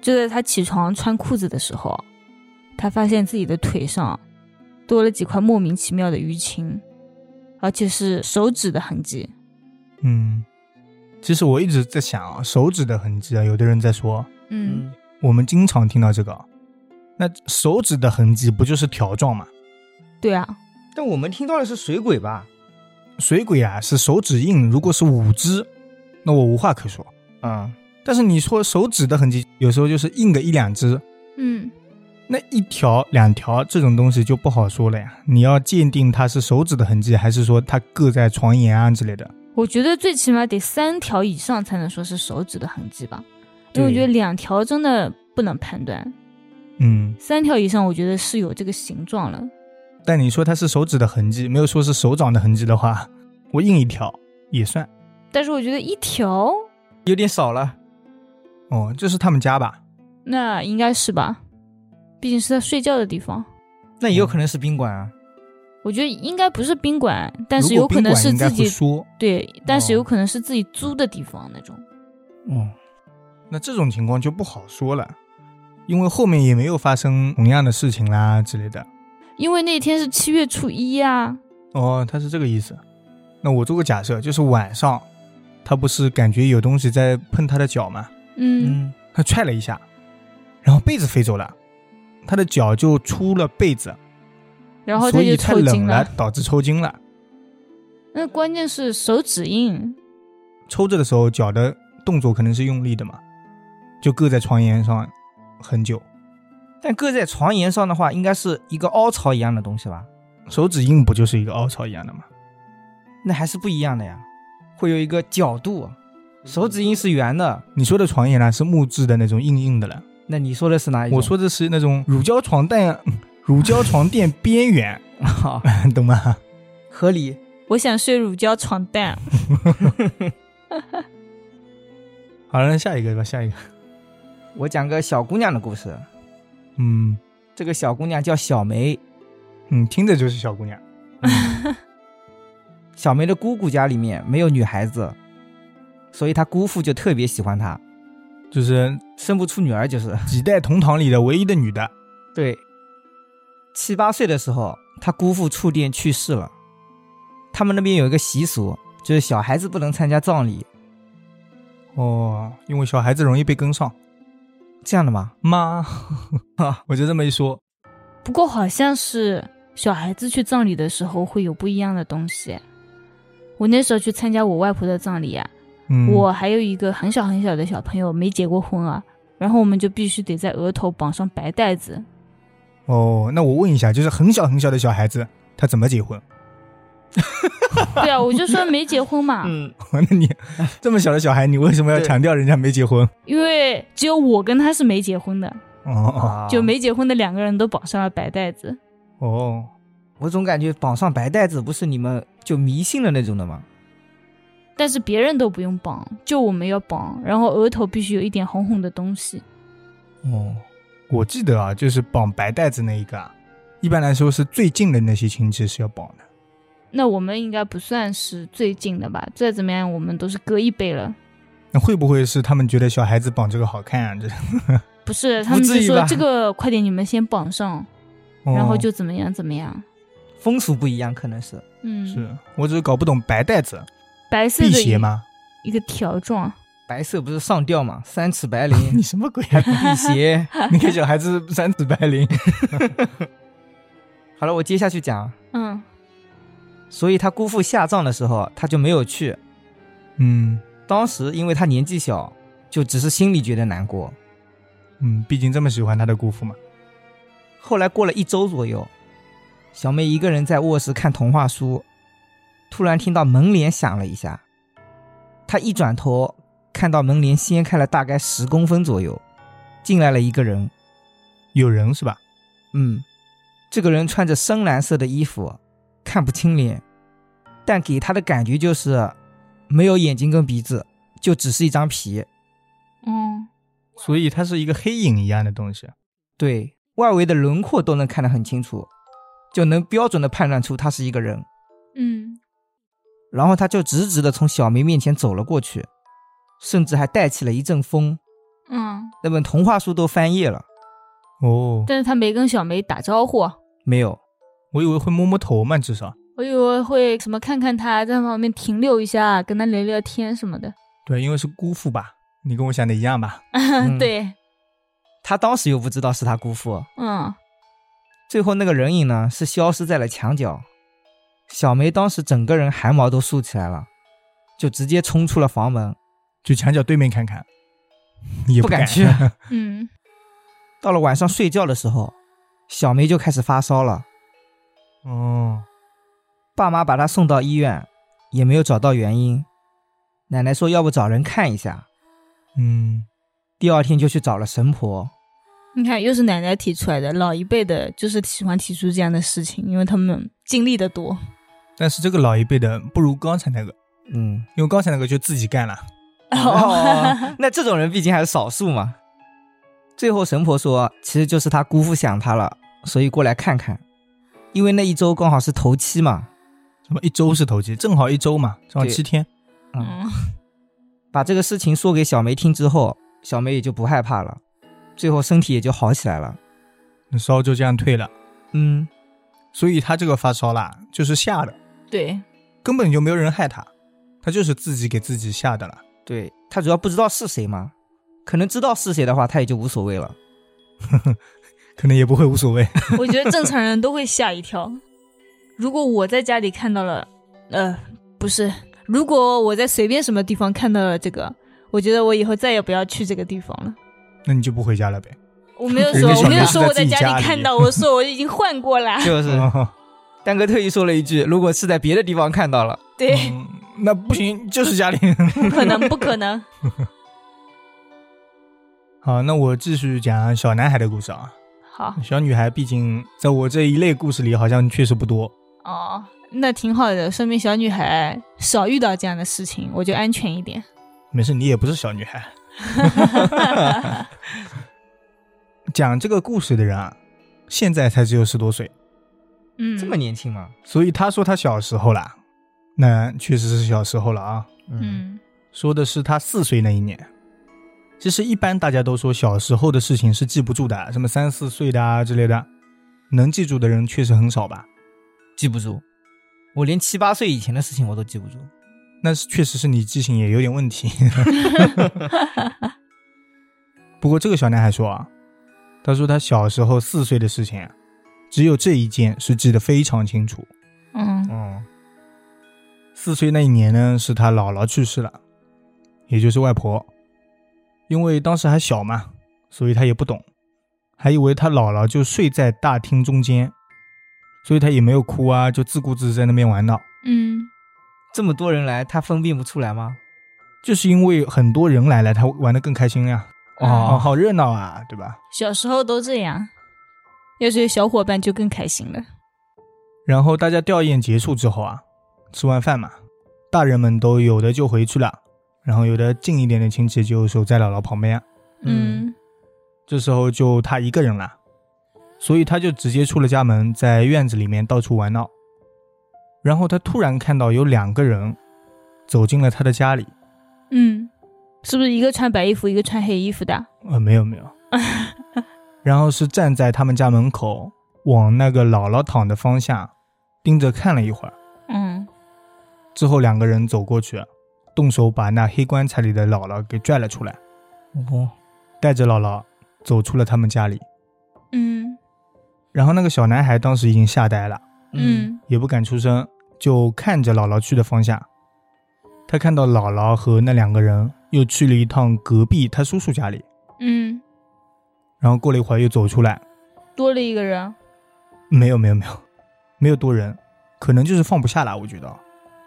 [SPEAKER 2] 就在他起床穿裤子的时候，他发现自己的腿上多了几块莫名其妙的淤青，而且是手指的痕迹。
[SPEAKER 1] 嗯，其实我一直在想啊，手指的痕迹啊，有的人在说，
[SPEAKER 2] 嗯，
[SPEAKER 1] 我们经常听到这个啊。那手指的痕迹不就是条状嘛？
[SPEAKER 2] 对啊，
[SPEAKER 3] 但我们听到的是水鬼吧？
[SPEAKER 1] 水鬼啊是手指印，如果是五只，那我无话可说。
[SPEAKER 3] 嗯，
[SPEAKER 1] 但是你说手指的痕迹，有时候就是印个一两只，
[SPEAKER 2] 嗯，
[SPEAKER 1] 那一条两条这种东西就不好说了呀。你要鉴定它是手指的痕迹，还是说它硌在床沿啊之类的？
[SPEAKER 2] 我觉得最起码得三条以上才能说是手指的痕迹吧，因为我
[SPEAKER 1] 对
[SPEAKER 2] 觉得两条真的不能判断，
[SPEAKER 1] 嗯，
[SPEAKER 2] 三条以上我觉得是有这个形状了。
[SPEAKER 1] 但你说它是手指的痕迹，没有说是手掌的痕迹的话，我印一条也算。
[SPEAKER 2] 但是我觉得一条，
[SPEAKER 3] 有点少了。
[SPEAKER 1] 哦，这是他们家吧？
[SPEAKER 2] 那应该是吧，毕竟是他睡觉的地方。
[SPEAKER 3] 那也有可能是宾馆啊。
[SPEAKER 2] 我觉得应该不是宾馆，但是
[SPEAKER 1] 如
[SPEAKER 2] 有
[SPEAKER 1] 果
[SPEAKER 2] 可
[SPEAKER 1] 宾
[SPEAKER 2] 能
[SPEAKER 1] 馆
[SPEAKER 2] 是
[SPEAKER 1] 应该
[SPEAKER 2] 自
[SPEAKER 1] 会
[SPEAKER 2] 己
[SPEAKER 1] 说。
[SPEAKER 2] 对，但是有
[SPEAKER 1] 哦
[SPEAKER 2] 可能是自己租的地方那种。
[SPEAKER 3] 哦，
[SPEAKER 1] 那这种情况就不好说了，因为后面也没有发生同样的事情啦之类的。
[SPEAKER 2] 因为那天是七月初一啊，
[SPEAKER 1] 哦，他是这个意思。那我做个假设，就是晚上，他不是感觉有东西在碰他的脚吗？
[SPEAKER 2] 嗯，
[SPEAKER 3] 嗯，
[SPEAKER 1] 他踹了一下，然后被子飞走了，他的脚就出了被子，
[SPEAKER 2] 然后他
[SPEAKER 1] 所
[SPEAKER 2] 就
[SPEAKER 1] 以太
[SPEAKER 2] 抽
[SPEAKER 1] 冷
[SPEAKER 2] 筋了。
[SPEAKER 1] 导致抽筋了。
[SPEAKER 2] 那关键是手指印，
[SPEAKER 1] 抽着的时候，脚的动作可能是用力的嘛，就硌在床沿上很久。
[SPEAKER 3] 但搁在床沿上的话，应该是一个凹槽一样的东西吧？
[SPEAKER 1] 手指印不就是一个凹槽一样的吗？
[SPEAKER 3] 那还是不一样的呀，会有一个角度。啊手指印是圆的，
[SPEAKER 1] 你说的床沿呢、是木质的那种硬硬的了，
[SPEAKER 3] 那你说的是哪一种？
[SPEAKER 1] 我说的是那种乳胶床垫，乳胶床垫边缘，
[SPEAKER 3] 啊，
[SPEAKER 1] 懂吗？
[SPEAKER 3] 合理。
[SPEAKER 2] 我想睡乳胶床单。
[SPEAKER 1] 好了，那下一个吧，下一个。
[SPEAKER 3] 我讲个小姑娘的故事，
[SPEAKER 1] 嗯
[SPEAKER 3] 这个小姑娘叫小梅，
[SPEAKER 1] 嗯，听着就是小姑娘。嗯
[SPEAKER 3] 小梅的姑姑家里面没有女孩子，所以她姑父就特别喜欢她，
[SPEAKER 1] 就是
[SPEAKER 3] 生不出女儿就是。
[SPEAKER 1] 几代同堂里的唯一的女的。
[SPEAKER 3] 对，七八岁的时候，她姑父触电去世了。他们那边有一个习俗，就是小孩子不能参加葬礼，
[SPEAKER 1] 哦，因为小孩子容易被跟上。
[SPEAKER 3] 这样的吗？
[SPEAKER 1] 妈，
[SPEAKER 3] 啊
[SPEAKER 1] 我就这么一说，
[SPEAKER 2] 不过好像是小孩子去葬礼的时候会有不一样的东西。我那时候去参加我外婆的葬礼啊，
[SPEAKER 1] 嗯，
[SPEAKER 2] 我还有一个很小很小的小朋友没结过婚啊，然后我们就必须得在额头绑上白 带子。
[SPEAKER 1] 哦，那我问一下，就是很小很小的小孩子，他怎么结婚？
[SPEAKER 2] 对啊，我就说没结婚嘛，
[SPEAKER 3] 嗯，
[SPEAKER 1] 那 你这么小的小孩，你为什么要
[SPEAKER 3] 对
[SPEAKER 1] 强调人家没结婚？
[SPEAKER 2] 因为只有我跟他是没结婚的，
[SPEAKER 1] 哦哦
[SPEAKER 3] 啊
[SPEAKER 2] 就没结婚的两个人都绑上了白带子。
[SPEAKER 1] 哦，
[SPEAKER 3] 我总感觉绑上白带子不是你们就迷信的那种的吗？
[SPEAKER 2] 但是别人都不用绑，就我们要绑，然后额头必须有一点红红的东西。
[SPEAKER 1] 哦，我记得啊，就是绑白带子那一个啊，一般来说是最近的那些亲戚是要绑的。
[SPEAKER 2] 那我们应该不算是最近的吧？再怎么样，我们都是隔一辈了。
[SPEAKER 1] 那会不会是他们觉得小孩子绑这个好看啊？这，
[SPEAKER 2] 不是，
[SPEAKER 3] 不
[SPEAKER 2] 他们就
[SPEAKER 3] 至于
[SPEAKER 2] 说
[SPEAKER 3] 吧
[SPEAKER 2] 这个快点，你们先绑上，
[SPEAKER 1] 哦
[SPEAKER 2] 然后就怎么样怎么样。
[SPEAKER 3] 风俗不一样，可能是
[SPEAKER 2] 嗯，
[SPEAKER 1] 是我只是搞不懂白带子
[SPEAKER 2] 白色
[SPEAKER 1] 辟
[SPEAKER 2] 的
[SPEAKER 1] 邪
[SPEAKER 2] 一
[SPEAKER 1] 吗？
[SPEAKER 2] 一个条状，
[SPEAKER 3] 白色不是上吊嘛，三尺白绫
[SPEAKER 1] 你什么鬼、
[SPEAKER 3] 还
[SPEAKER 1] 啊？
[SPEAKER 3] 不辟邪。
[SPEAKER 1] 你给小孩子三指白绫？
[SPEAKER 3] 好了，我接下去讲。啊
[SPEAKER 2] 嗯，
[SPEAKER 3] 所以他姑父下葬的时候，啊他就没有去。
[SPEAKER 1] 嗯
[SPEAKER 3] 当时因为他年纪小，就只是心里觉得难过。
[SPEAKER 1] 嗯，毕竟这么喜欢他的姑父嘛。
[SPEAKER 3] 后来过了一周左右，小妹一个人在卧室看童话书，突然听到门帘响了一下。她一转头，看到门帘掀开了大概十公分左右，进来了一个人。
[SPEAKER 1] 有人是吧？
[SPEAKER 3] 嗯，这个人穿着深蓝色的衣服，看不清脸，但给她的感觉就是没有眼睛跟鼻子，就只是一张皮。
[SPEAKER 2] 哦，
[SPEAKER 1] 所以它是一个黑影一样的东西。
[SPEAKER 3] 对外围的轮廓都能看得很清楚，就能标准的判断出他是一个人。
[SPEAKER 2] 嗯，
[SPEAKER 3] 然后他就直直的从小梅面前走了过去，甚至还带起了一阵风。
[SPEAKER 2] 嗯，
[SPEAKER 3] 那本童话书都翻页了，
[SPEAKER 1] 哦，
[SPEAKER 2] 但是他没跟小梅打招呼，啊
[SPEAKER 3] 没有？
[SPEAKER 1] 我以为会摸摸头嘛，至少。
[SPEAKER 2] 我以为会什么看看他，在旁边停留一下，跟他聊聊天什么的。
[SPEAKER 1] 对，因为是姑父吧？你跟我想的一样吧？
[SPEAKER 3] 嗯
[SPEAKER 2] 对，
[SPEAKER 3] 他当时又不知道是他姑父。
[SPEAKER 2] 嗯，
[SPEAKER 3] 最后那个人影呢，是消失在了墙角。小梅当时整个人汗毛都竖起来了，就直接冲出了房门。
[SPEAKER 1] 就墙角对面看看，也
[SPEAKER 3] 不
[SPEAKER 1] 敢啊
[SPEAKER 3] 敢去
[SPEAKER 2] 嗯，
[SPEAKER 3] 到了晚上睡觉的时候，小梅就开始发烧了。
[SPEAKER 1] 哦，
[SPEAKER 3] 爸妈把他送到医院，也没有找到原因。奶奶说要不找人看一下，
[SPEAKER 1] 嗯，
[SPEAKER 3] 第二天就去找了神婆。
[SPEAKER 2] 你看，又是奶奶提出来的，老一辈的就是喜欢提出这样的事情，因为他们经历的多。
[SPEAKER 1] 但是这个老一辈的不如刚才那个，
[SPEAKER 3] 嗯，
[SPEAKER 1] 因为刚才那个就自己干了。
[SPEAKER 3] 哦，那这种人毕竟还是少数嘛。最后神婆说，其实就是他姑父想他了，所以过来看看。因为那一周刚好是头七嘛，
[SPEAKER 1] 什么一周是头七，正好一周嘛，正好
[SPEAKER 3] 对
[SPEAKER 1] 七天。
[SPEAKER 3] 嗯，
[SPEAKER 2] 嗯
[SPEAKER 3] 把这个事情说给小梅听之后，小梅也就不害怕了，最后身体也就好起来了。
[SPEAKER 1] 那烧就这样退了，
[SPEAKER 3] 嗯，
[SPEAKER 1] 所以他这个发烧啦，就是吓的，
[SPEAKER 2] 对，
[SPEAKER 1] 根本就没有人害他，他就是自己给自己吓的了。
[SPEAKER 3] 对他主要不知道是谁嘛，可能知道是谁的话，他也就无所谓了。
[SPEAKER 1] 可能也不会无所谓。
[SPEAKER 2] 我觉得正常人都会吓一跳。如果我在家里看到了，呃，不是，如果我在随便什么地方看到了这个，我觉得我以后再也不要去这个地方了。
[SPEAKER 1] 那你就不回家了呗？
[SPEAKER 2] 我没有
[SPEAKER 1] 人
[SPEAKER 2] 说
[SPEAKER 1] 家，小
[SPEAKER 2] 我没有
[SPEAKER 1] 明是
[SPEAKER 2] 说
[SPEAKER 1] 在
[SPEAKER 2] 我
[SPEAKER 1] 自己
[SPEAKER 2] 家
[SPEAKER 1] 家
[SPEAKER 2] 里
[SPEAKER 1] 里
[SPEAKER 2] 看到，我说我已经换过 了。
[SPEAKER 3] 就是
[SPEAKER 1] 哦
[SPEAKER 3] 丹哥特意说了一句：“如果是在别的地方看到了，
[SPEAKER 2] 对，
[SPEAKER 1] 嗯那不行，就是家里。
[SPEAKER 2] 不可能，不可能。
[SPEAKER 1] 好，那我继续讲小男孩的故事啊。
[SPEAKER 2] 好，
[SPEAKER 1] 小女孩毕竟在我这一类故事里好像确实不多。
[SPEAKER 2] 哦，那挺好的，说明小女孩少遇到这样的事情，我就安全一点。
[SPEAKER 1] 没事，你也不是小女孩。讲这个故事的人啊，现在才只有十多岁，
[SPEAKER 2] 嗯，
[SPEAKER 3] 这么年轻吗
[SPEAKER 1] 所以他说他小时候啦，那确实是小时候了啊。？”，
[SPEAKER 2] 嗯
[SPEAKER 1] 说的是他四岁那一年。其实一般大家都说小时候的事情是记不住的，什么三四岁的啊之类的，能记住的人确实很少吧？
[SPEAKER 3] 记不住，我连七八岁以前的事情我都记不住。
[SPEAKER 1] 那是确实是你记性也有点问题。不过这个小男孩说啊，他说他小时候四岁的事情啊，只有这一件是记得非常清楚。
[SPEAKER 2] 嗯
[SPEAKER 1] 哦，四岁那一年呢，是他姥姥去世了，也就是外婆。因为当时还小嘛，所以他也不懂，还以为他姥姥就睡在大厅中间，所以他也没有哭啊，就自顾自在那边玩闹。
[SPEAKER 2] 嗯
[SPEAKER 3] 这么多人来，他分辨不出来吗？
[SPEAKER 1] 就是因为很多人来了，他玩的更开心呀、哦，
[SPEAKER 2] 哦
[SPEAKER 1] 好热闹啊，对吧？
[SPEAKER 2] 小时候都这样，要是有小伙伴就更开心了。
[SPEAKER 1] 然后大家吊唁结束之后啊，吃完饭嘛，大人们都有的就回去了，然后有的近一点的亲戚就守在姥姥旁边。啊
[SPEAKER 3] 嗯
[SPEAKER 2] 嗯，
[SPEAKER 1] 这时候就他一个人了，所以他就直接出了家门，在院子里面到处玩闹。然后他突然看到有两个人走进了他的家里，
[SPEAKER 2] 嗯，是不是一个穿白衣服，一个穿黑衣服的？嗯
[SPEAKER 1] 呃，没有没有，然后是站在他们家门口，往那个姥姥躺的方向盯着看了一会儿。
[SPEAKER 2] 嗯，
[SPEAKER 1] 之后两个人走过去，动手把那黑棺材里的姥姥给拽了出来，
[SPEAKER 3] 哦，
[SPEAKER 1] 带着姥姥走出了他们家里。
[SPEAKER 2] 嗯
[SPEAKER 1] 然后那个小男孩当时已经吓呆了，
[SPEAKER 2] 嗯
[SPEAKER 1] 也不敢出声，就看着姥姥去的方向。他看到姥姥和那两个人又去了一趟隔壁他叔叔家里，
[SPEAKER 2] 嗯，
[SPEAKER 1] 然后过了一会儿又走出来，
[SPEAKER 2] 多了一个人。
[SPEAKER 1] 没有没有没有，没有多人，可能就是放不下了，我觉得。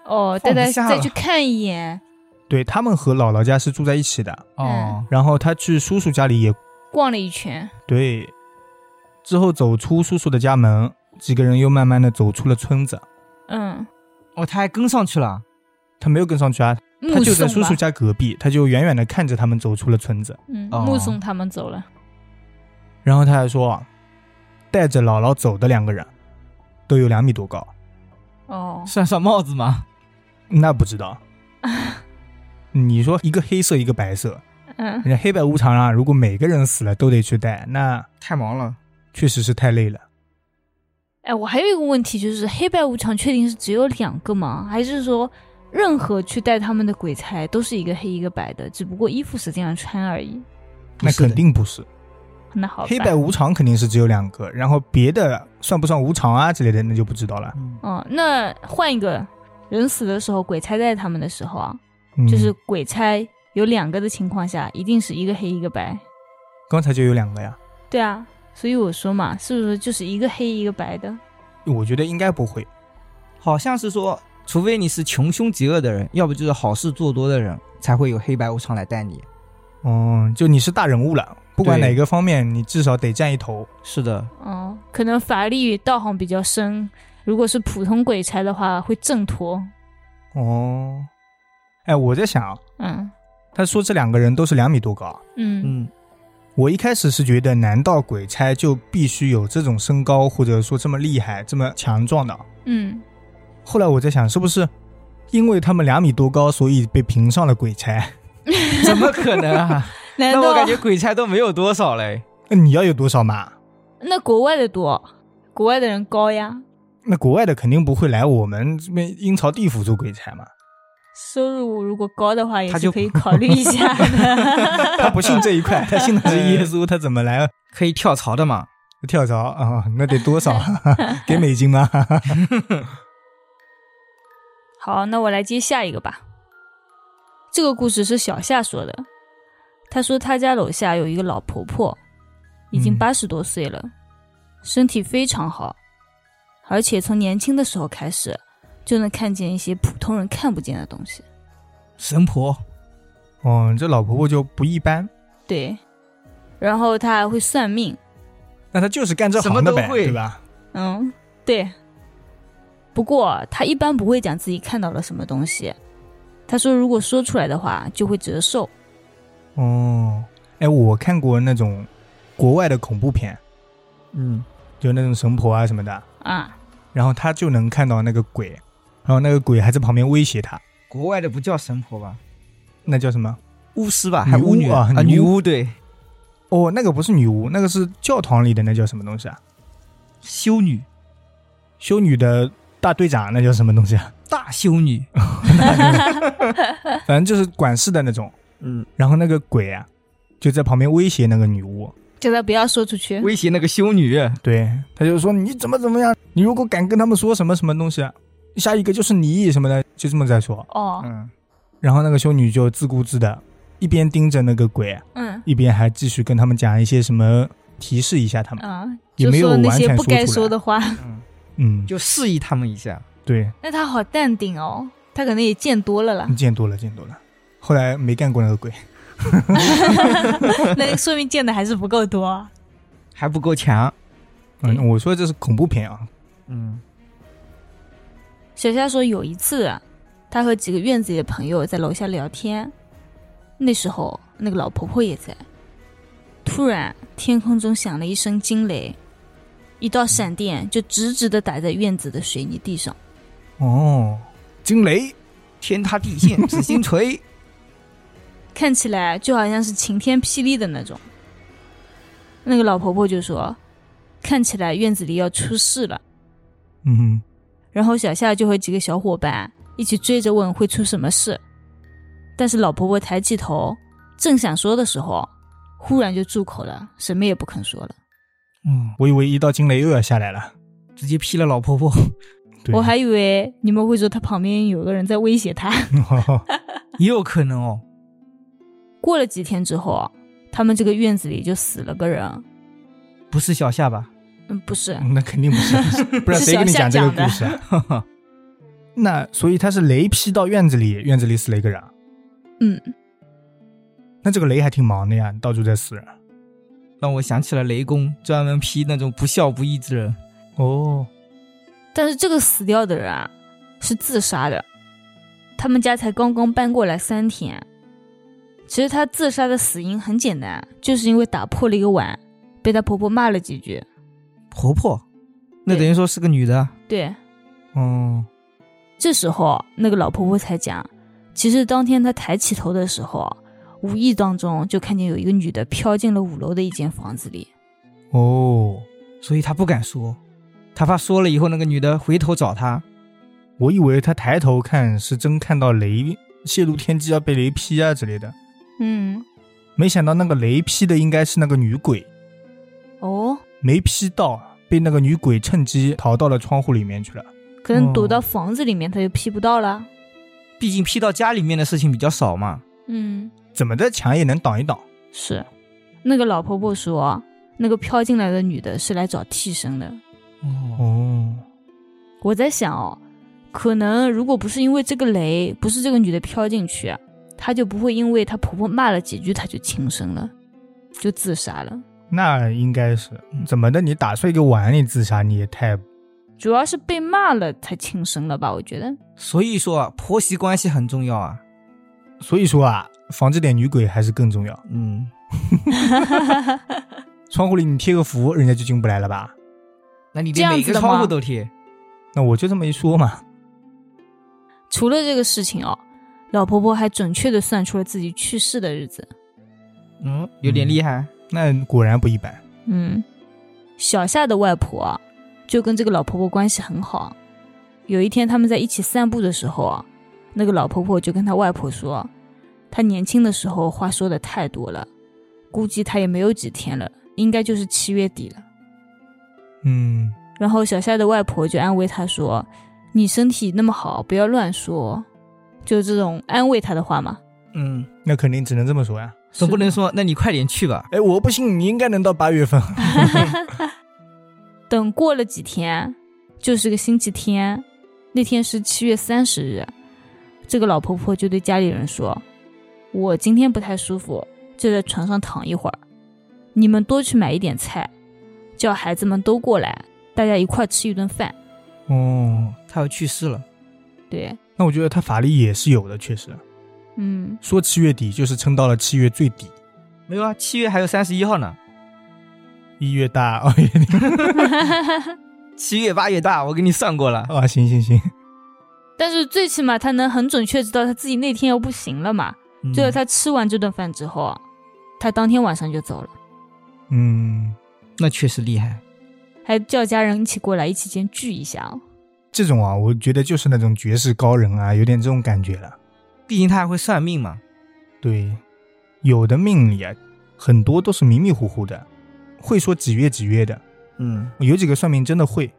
[SPEAKER 2] 哦，带
[SPEAKER 3] 放不
[SPEAKER 2] 带
[SPEAKER 3] 下
[SPEAKER 2] 再
[SPEAKER 3] 了
[SPEAKER 2] 去看一眼，
[SPEAKER 1] 对他们和姥姥家是住在一起的，
[SPEAKER 3] 哦，
[SPEAKER 1] 然后他去叔叔家里也
[SPEAKER 2] 逛了一圈。
[SPEAKER 1] 对，之后走出叔叔的家门，几个人又慢慢的走出了村子。
[SPEAKER 2] 嗯，
[SPEAKER 3] 哦，他还跟上去了。
[SPEAKER 1] 他没有跟上去啊，他
[SPEAKER 2] 目
[SPEAKER 1] 就在
[SPEAKER 2] 送吧，
[SPEAKER 1] 叔叔家隔壁，他就远远的看着他们走出了村子。
[SPEAKER 2] 嗯，
[SPEAKER 3] 哦
[SPEAKER 2] 目送他们走了。
[SPEAKER 1] 然后他还说啊，带着姥姥走的两个人都有两米多高，
[SPEAKER 2] 哦，
[SPEAKER 3] 算上帽子吗？
[SPEAKER 1] 那不知道。嗯你说一个黑色一个白色，
[SPEAKER 2] 嗯
[SPEAKER 1] 人家黑白无常啊，如果每个人死了都得去带，那
[SPEAKER 3] 太忙了。
[SPEAKER 1] 确实是太累了。
[SPEAKER 2] 哎，我还有一个问题，就是黑白无常确定是只有两个吗？还是说任何去带他们的鬼差都是一个黑一个白的，只不过衣服是这样穿而已？
[SPEAKER 1] 那肯定不是，
[SPEAKER 2] 那好吧，
[SPEAKER 1] 黑白无常肯定是只有两个，然后别的算不上无常啊之类的，那就不知道了。
[SPEAKER 3] 嗯，
[SPEAKER 2] 哦，那换一个人死的时候，鬼差带他们的时候啊，
[SPEAKER 1] 嗯、
[SPEAKER 2] 就是鬼差有两个的情况下，一定是一个黑一个白。
[SPEAKER 1] 刚才就有两个呀，
[SPEAKER 2] 对啊，所以我说嘛，是不是就是一个黑一个白的？
[SPEAKER 1] 我觉得应该不会。
[SPEAKER 3] 好像是说，除非你是穷凶极恶的人，要不就是好事做多的人，才会有黑白无常来带你。
[SPEAKER 1] 嗯，就你是大人物了，不管
[SPEAKER 3] 对
[SPEAKER 1] 哪个方面，你至少得占一头。
[SPEAKER 3] 是的，
[SPEAKER 2] 哦，可能法力道行比较深，如果是普通鬼差的话，会挣脱。
[SPEAKER 1] 哦，哎，我在想，
[SPEAKER 2] 嗯
[SPEAKER 1] 他说这两个人都是两米多高，
[SPEAKER 2] 嗯
[SPEAKER 3] 嗯，
[SPEAKER 1] 我一开始是觉得，难道鬼差就必须有这种身高，或者说这么厉害、这么强壮的？
[SPEAKER 2] 嗯，
[SPEAKER 1] 后来我在想，是不是因为他们两米多高，所以被评上了鬼差？
[SPEAKER 3] 嗯怎么可能啊？
[SPEAKER 2] 难
[SPEAKER 3] 那我
[SPEAKER 2] 道
[SPEAKER 3] 感觉鬼差都没有多少嘞。
[SPEAKER 1] 那你要有多少嘛？
[SPEAKER 2] 那国外的多？国外的人高呀，
[SPEAKER 1] 那国外的肯定不会来我们这边阴曹地府做鬼差嘛？
[SPEAKER 2] 收入如果高的话，也
[SPEAKER 3] 他
[SPEAKER 2] 是
[SPEAKER 3] 就
[SPEAKER 2] 可以考虑一 下的。
[SPEAKER 1] 他不信这一块，他信的是耶稣，他怎么来
[SPEAKER 3] 可以跳槽的嘛？
[SPEAKER 1] 跳槽啊、那得多 少？给美金吗？
[SPEAKER 2] 好，那我来接下一个吧。这个故事是小夏说的，她说她家楼下有一个老婆婆，已经
[SPEAKER 1] 嗯
[SPEAKER 2] 八十多岁了，身体非常好，而且从年轻的时候开始就能看见一些普通人看不见的东西。
[SPEAKER 3] 神婆，
[SPEAKER 1] 哦，这老婆婆就不一般，
[SPEAKER 2] 对，然后她还会算命，
[SPEAKER 1] 那她就是干这行的呗，
[SPEAKER 3] 什么都会
[SPEAKER 1] 对吧？
[SPEAKER 2] 嗯，对。不过她一般不会讲自己看到了什么东西，她说如果说出来的话就会折寿。
[SPEAKER 1] 哦，哎，我看过那种国外的恐怖片，
[SPEAKER 3] 嗯，
[SPEAKER 1] 就那种神婆啊什么的，
[SPEAKER 2] 啊，
[SPEAKER 1] 然后她就能看到那个鬼，然后那个鬼还在旁边威胁她，
[SPEAKER 3] 国外的不叫神婆吧？
[SPEAKER 1] 那叫什么？
[SPEAKER 3] 巫师吧，
[SPEAKER 1] 女
[SPEAKER 3] 还巫
[SPEAKER 1] 巫
[SPEAKER 3] 女
[SPEAKER 1] 啊女
[SPEAKER 3] 女
[SPEAKER 1] 巫
[SPEAKER 3] 巫对，
[SPEAKER 1] 哦，那个不是女巫，那个是教堂里的，那叫什么东西啊？
[SPEAKER 3] 修女，
[SPEAKER 1] 修女的大队长，那叫什么东西啊？
[SPEAKER 3] 大修女。
[SPEAKER 1] 反正就是管事的那种。
[SPEAKER 3] 嗯，
[SPEAKER 1] 然后那个鬼啊，就在旁边威胁那个女巫，
[SPEAKER 2] 叫她不要说出去。
[SPEAKER 3] 威胁那个修女。
[SPEAKER 1] 对，他就说你怎么怎么样，你如果敢跟他们说什么什么东西，啊下一个就是你什么的，就这么在说。
[SPEAKER 2] 哦，
[SPEAKER 3] 嗯，
[SPEAKER 1] 然后那个修女就自顾自的，一边盯着那个鬼，
[SPEAKER 2] 嗯
[SPEAKER 1] 一边还继续跟他们讲一些什么提示一下他们。
[SPEAKER 2] 啊，
[SPEAKER 1] 嗯也
[SPEAKER 2] 就
[SPEAKER 1] 没有
[SPEAKER 2] 说那
[SPEAKER 1] 完
[SPEAKER 2] 些
[SPEAKER 1] 全
[SPEAKER 2] 不
[SPEAKER 1] 说
[SPEAKER 2] 该
[SPEAKER 1] 出
[SPEAKER 2] 说
[SPEAKER 1] 来
[SPEAKER 2] 的话。
[SPEAKER 1] 嗯，
[SPEAKER 3] 就示意他们一下。
[SPEAKER 1] 对，
[SPEAKER 2] 那他好淡定哦，他可能也见多了啦
[SPEAKER 1] 你，见多了，见多了。后来没干过那个鬼，
[SPEAKER 2] 那说明见的还是不够多啊。
[SPEAKER 3] 还不够强。
[SPEAKER 1] 嗯，我说这是恐怖片啊，
[SPEAKER 3] 嗯，
[SPEAKER 2] 小夏说有一次啊，他和几个院子里的朋友在楼下聊天，那时候那个老婆婆也在。突然，天空中响了一声惊雷，一道闪电就直直的打在院子的水泥地上。
[SPEAKER 1] 哦，惊雷，
[SPEAKER 3] 天塌地 陷，紫金锤。
[SPEAKER 2] 看起来就好像是晴天霹雳的那种。那个老婆婆就说：“看起来院子里要出事了。
[SPEAKER 1] 嗯”
[SPEAKER 2] 然后小夏就和几个小伙伴一起追着问会出什么事。但是老婆婆抬起头，正想说的时候，忽然就住口了，什么也不肯说了。
[SPEAKER 3] 嗯
[SPEAKER 1] 哼，，我以为一道惊雷又要下来了。
[SPEAKER 3] 直接劈了老婆婆。
[SPEAKER 1] 对
[SPEAKER 2] 我还以为你们会说她旁边有个人在威胁她。
[SPEAKER 1] 哦
[SPEAKER 3] 也有可能哦。
[SPEAKER 2] 过了几天之后，他们这个院子里就死了个人。
[SPEAKER 3] 不是小夏吧？
[SPEAKER 2] 嗯，不是，
[SPEAKER 1] 那肯定不 是，不然谁给你讲这个故事啊？
[SPEAKER 3] 哈哈，
[SPEAKER 1] 那所以他是雷劈到院子里，院子里死了一个人啊。
[SPEAKER 2] 嗯，
[SPEAKER 1] 那这个雷还挺忙的呀，到处在死人。
[SPEAKER 3] 让我想起了雷公，专门批那种不孝不义之人。
[SPEAKER 1] 哦，
[SPEAKER 2] 但是这个死掉的人啊，是自杀的，他们家才刚刚搬过来三天。其实他自杀的死因很简单，就是因为打破了一个碗，被他婆婆骂了几句。
[SPEAKER 3] 婆婆，那
[SPEAKER 2] 对
[SPEAKER 3] 等于说是个女的。
[SPEAKER 2] 对，
[SPEAKER 1] 哦，
[SPEAKER 2] 这时候那个老婆婆才讲，其实当天她抬起头的时候，无意当中就看见有一个女的飘进了五楼的一间房子里。
[SPEAKER 1] 哦，
[SPEAKER 3] 所以他不敢说，他怕说了以后那个女的回头找他。
[SPEAKER 1] 我以为他抬头看是真看到雷泄露天机啊，被雷劈啊之类的，
[SPEAKER 2] 嗯，
[SPEAKER 1] 没想到那个雷劈的应该是那个女鬼，
[SPEAKER 2] 哦，
[SPEAKER 1] 没劈到啊，被那个女鬼趁机逃到了窗户里面去了。
[SPEAKER 2] 可能躲到房子里面，她就劈不到了。
[SPEAKER 3] 毕竟批到家里面的事情比较少嘛。
[SPEAKER 2] 嗯。
[SPEAKER 1] 怎么的墙也能挡一挡？
[SPEAKER 2] 是，那个老婆婆说，那个飘进来的女的是来找替身的。
[SPEAKER 3] 哦，
[SPEAKER 1] 哦，
[SPEAKER 2] 我在想哦，可能如果不是因为这个雷，不是这个女的飘进去，她就不会因为她婆婆骂了几句，她就轻生了，就自杀了。
[SPEAKER 1] 那应该是怎么的？你打碎一个碗，你自杀，你也太……
[SPEAKER 2] 主要是被骂了才轻生了吧？我觉得，
[SPEAKER 3] 所以说啊，婆媳关系很重要啊。
[SPEAKER 1] 所以说啊，防这点女鬼还是更重要。
[SPEAKER 3] 嗯，
[SPEAKER 1] 窗户里你贴个符，人家就进不来了吧？
[SPEAKER 3] 那你
[SPEAKER 2] 这
[SPEAKER 3] 得
[SPEAKER 2] 样
[SPEAKER 3] 每
[SPEAKER 2] 子
[SPEAKER 3] 个
[SPEAKER 2] 的
[SPEAKER 3] 窗
[SPEAKER 2] 吗
[SPEAKER 3] 户都贴。
[SPEAKER 1] 那我就这么一说嘛。
[SPEAKER 2] 除了这个事情哦，老婆婆还准确的算出了自己去世的日子。
[SPEAKER 3] 嗯，有点厉害。
[SPEAKER 1] 那果然不一般。
[SPEAKER 2] 嗯，小夏的外婆啊就跟这个老婆婆关系很好。有一天他们在一起散步的时候啊，那个老婆婆就跟她外婆说，她年轻的时候话说的太多了，估计她也没有几天了，应该就是七月底了。
[SPEAKER 1] 嗯，
[SPEAKER 2] 然后小夏的外婆就安慰她说：“你身体那么好，不要乱说。”就这种安慰她的话嘛，
[SPEAKER 3] 嗯，
[SPEAKER 1] 那肯定只能这么说呀。
[SPEAKER 3] 总不
[SPEAKER 2] 是
[SPEAKER 3] 能说，那你快点去吧。
[SPEAKER 1] 哎，我不信，你应该能到八月份。
[SPEAKER 2] 等过了几天，就是个星期天，那天是七月三十日，这个老婆婆就对家里人说：“我今天不太舒服，就在床上躺一会儿，你们多去买一点菜，叫孩子们都过来，大家一块儿吃一顿饭。
[SPEAKER 1] 哦，
[SPEAKER 3] 他要去世了。”
[SPEAKER 2] 对，
[SPEAKER 1] 那我觉得他法力也是有的，确实。
[SPEAKER 2] 嗯，
[SPEAKER 1] 说七月底就是撑到了七月最底，
[SPEAKER 3] 没有啊，七月还有三十一号呢。
[SPEAKER 1] 一月大，二月底
[SPEAKER 3] 七月八月大，我给你算过了。
[SPEAKER 1] 啊，行行行，
[SPEAKER 2] 但是最起码她能很准确知道她自己那天要不行了嘛。最后
[SPEAKER 3] 嗯
[SPEAKER 2] 她吃完这顿饭之后，她当天晚上就走了，
[SPEAKER 1] 嗯，
[SPEAKER 3] 那确实厉害。
[SPEAKER 2] 还叫家人一起过来一起先聚一下哦。
[SPEAKER 1] 这种啊，我觉得就是那种绝世高人啊，有点这种感觉了。
[SPEAKER 3] 毕竟他还会算命嘛。
[SPEAKER 1] 对，有的命理啊，很多都是迷迷糊糊的，会说几月几月的，
[SPEAKER 3] 嗯，
[SPEAKER 1] 有几个算命真的会，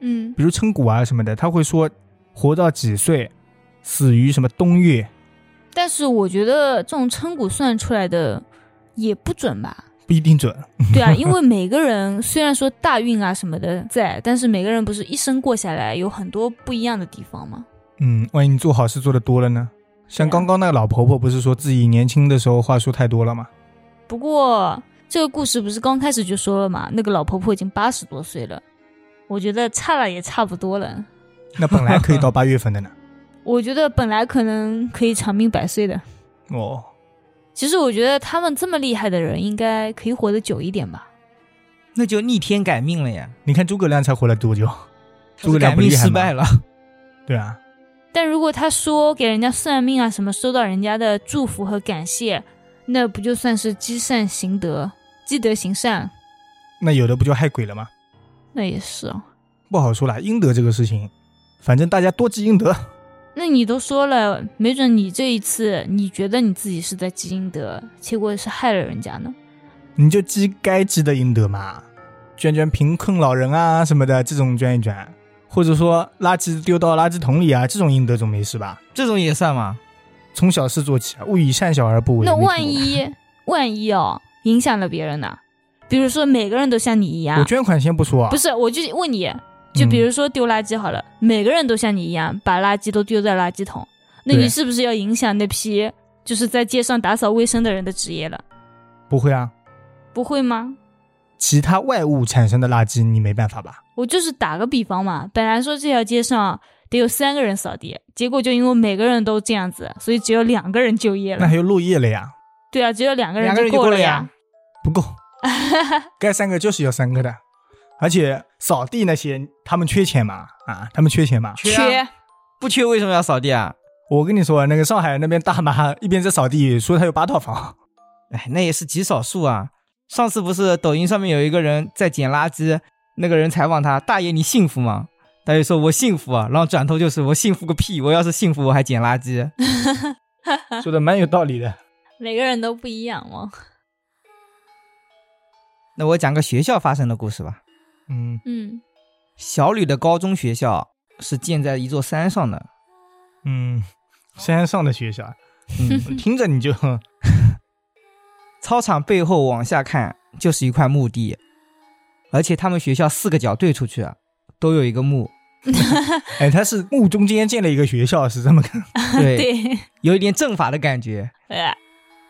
[SPEAKER 2] 嗯
[SPEAKER 1] 比如称骨啊什么的，他会说活到几岁，死于什么冬月，，
[SPEAKER 2] 但是我觉得这种称骨算出来的也不准 吧？
[SPEAKER 1] 不一定准。
[SPEAKER 2] 对啊，因为每个人虽然说大运啊什么的在，但是每个人不是一生过下来有很多不一样的地方吗？
[SPEAKER 1] 嗯，万一你做好事做的多了呢？像
[SPEAKER 2] 对啊
[SPEAKER 1] 刚刚那个老婆婆不是说自己年轻的时候话说太多了吗？
[SPEAKER 2] 不过这个故事不是刚开始就说了嘛，那个老婆婆已经八十多岁了，我觉得差了也差不多了。
[SPEAKER 3] 啊
[SPEAKER 1] 那本来可以到八月份 的呢。
[SPEAKER 2] 我觉得本来可能可以长命百岁的，
[SPEAKER 1] 哦，
[SPEAKER 2] 其实我觉得他们这么厉害的人，应该可以活得久一点吧。
[SPEAKER 3] 那就逆天改命了呀！
[SPEAKER 1] 你看诸葛亮才活了多久？诸葛亮
[SPEAKER 3] 改
[SPEAKER 1] 不
[SPEAKER 3] 命
[SPEAKER 1] 厉害
[SPEAKER 3] 失
[SPEAKER 1] 吗
[SPEAKER 3] 败了，
[SPEAKER 1] 对啊，
[SPEAKER 2] 但如果他说给人家算命啊什么，收到人家的祝福和感谢，那不就算是积善行德、积德行善？
[SPEAKER 1] 那有的不就害鬼了吗？
[SPEAKER 2] 那也是哦。
[SPEAKER 1] 不好说了，应得这个事情，反正大家多积阴德。
[SPEAKER 2] 那你都说了，没准你这一次你觉得你自己是在积阴德，结果是害了人家呢。
[SPEAKER 1] 你就积该积的阴德嘛，捐捐贫困老人啊什么的，这种捐一捐，或者说垃圾丢到垃圾桶里啊，这种阴德总没事吧？
[SPEAKER 3] 这种也算吗？从
[SPEAKER 1] 从小事做起，啊，勿以善小而不为。
[SPEAKER 2] 那
[SPEAKER 1] 没听过
[SPEAKER 2] 万一万一哦，影响了别人呢、比如说每个人都像你一样
[SPEAKER 1] 我，捐款先不说啊，
[SPEAKER 2] 不是，我就问你，就比如说丢垃圾好了，每个人都像你一样把垃圾都丢在垃圾桶，那
[SPEAKER 1] 对
[SPEAKER 2] 你是不是要影响那批就是在街上打扫卫生的人的职业了？
[SPEAKER 1] 不会啊，
[SPEAKER 2] 不会吗？
[SPEAKER 1] 其他外物产生的垃圾你没办法吧？
[SPEAKER 2] 我就是打个比方嘛，本来说这条街上得有三个人扫地，结果就因为每个人都这样子，所以只有两个人就业
[SPEAKER 1] 那
[SPEAKER 2] 了
[SPEAKER 1] 还。有落叶了呀，
[SPEAKER 2] 对啊，只有两个人
[SPEAKER 3] 两个人就
[SPEAKER 2] 够
[SPEAKER 3] 够
[SPEAKER 2] 了
[SPEAKER 3] 了呀。
[SPEAKER 1] 不 够，该三个就是要三个的，而且扫地那些他们缺钱嘛，啊，他们缺钱嘛。
[SPEAKER 3] 啊
[SPEAKER 2] 缺
[SPEAKER 3] 不缺为什么要扫地啊？
[SPEAKER 1] 我跟你说，那个上海那边大妈一边在扫地，说她有八套 房，
[SPEAKER 3] 哎，那也是极少数啊。上次不是抖音上面有一个人在捡垃圾，那个人采访他：“大爷，你幸福吗？”大爷说：“我幸福啊。”然后转头就是：“我幸福个屁！我要是幸福，我还捡 垃圾。
[SPEAKER 1] 说的蛮有道理的。
[SPEAKER 2] 每个人都不一样哦嘛。”
[SPEAKER 3] 那我讲个学校发生的故事吧。
[SPEAKER 1] 嗯
[SPEAKER 2] 嗯，
[SPEAKER 3] 小吕的高中学校是建在一座山上的，
[SPEAKER 1] 嗯，山上的学校，
[SPEAKER 3] 嗯，
[SPEAKER 1] 听着你就
[SPEAKER 3] 操场背后往下看就是一块墓地，而且他们学校四个角对出去啊都有一个墓，
[SPEAKER 1] 哎，他是墓中间建了一个学校，是这么个。
[SPEAKER 3] 对，
[SPEAKER 2] 对，
[SPEAKER 3] 有一点阵法的感觉。
[SPEAKER 2] 哎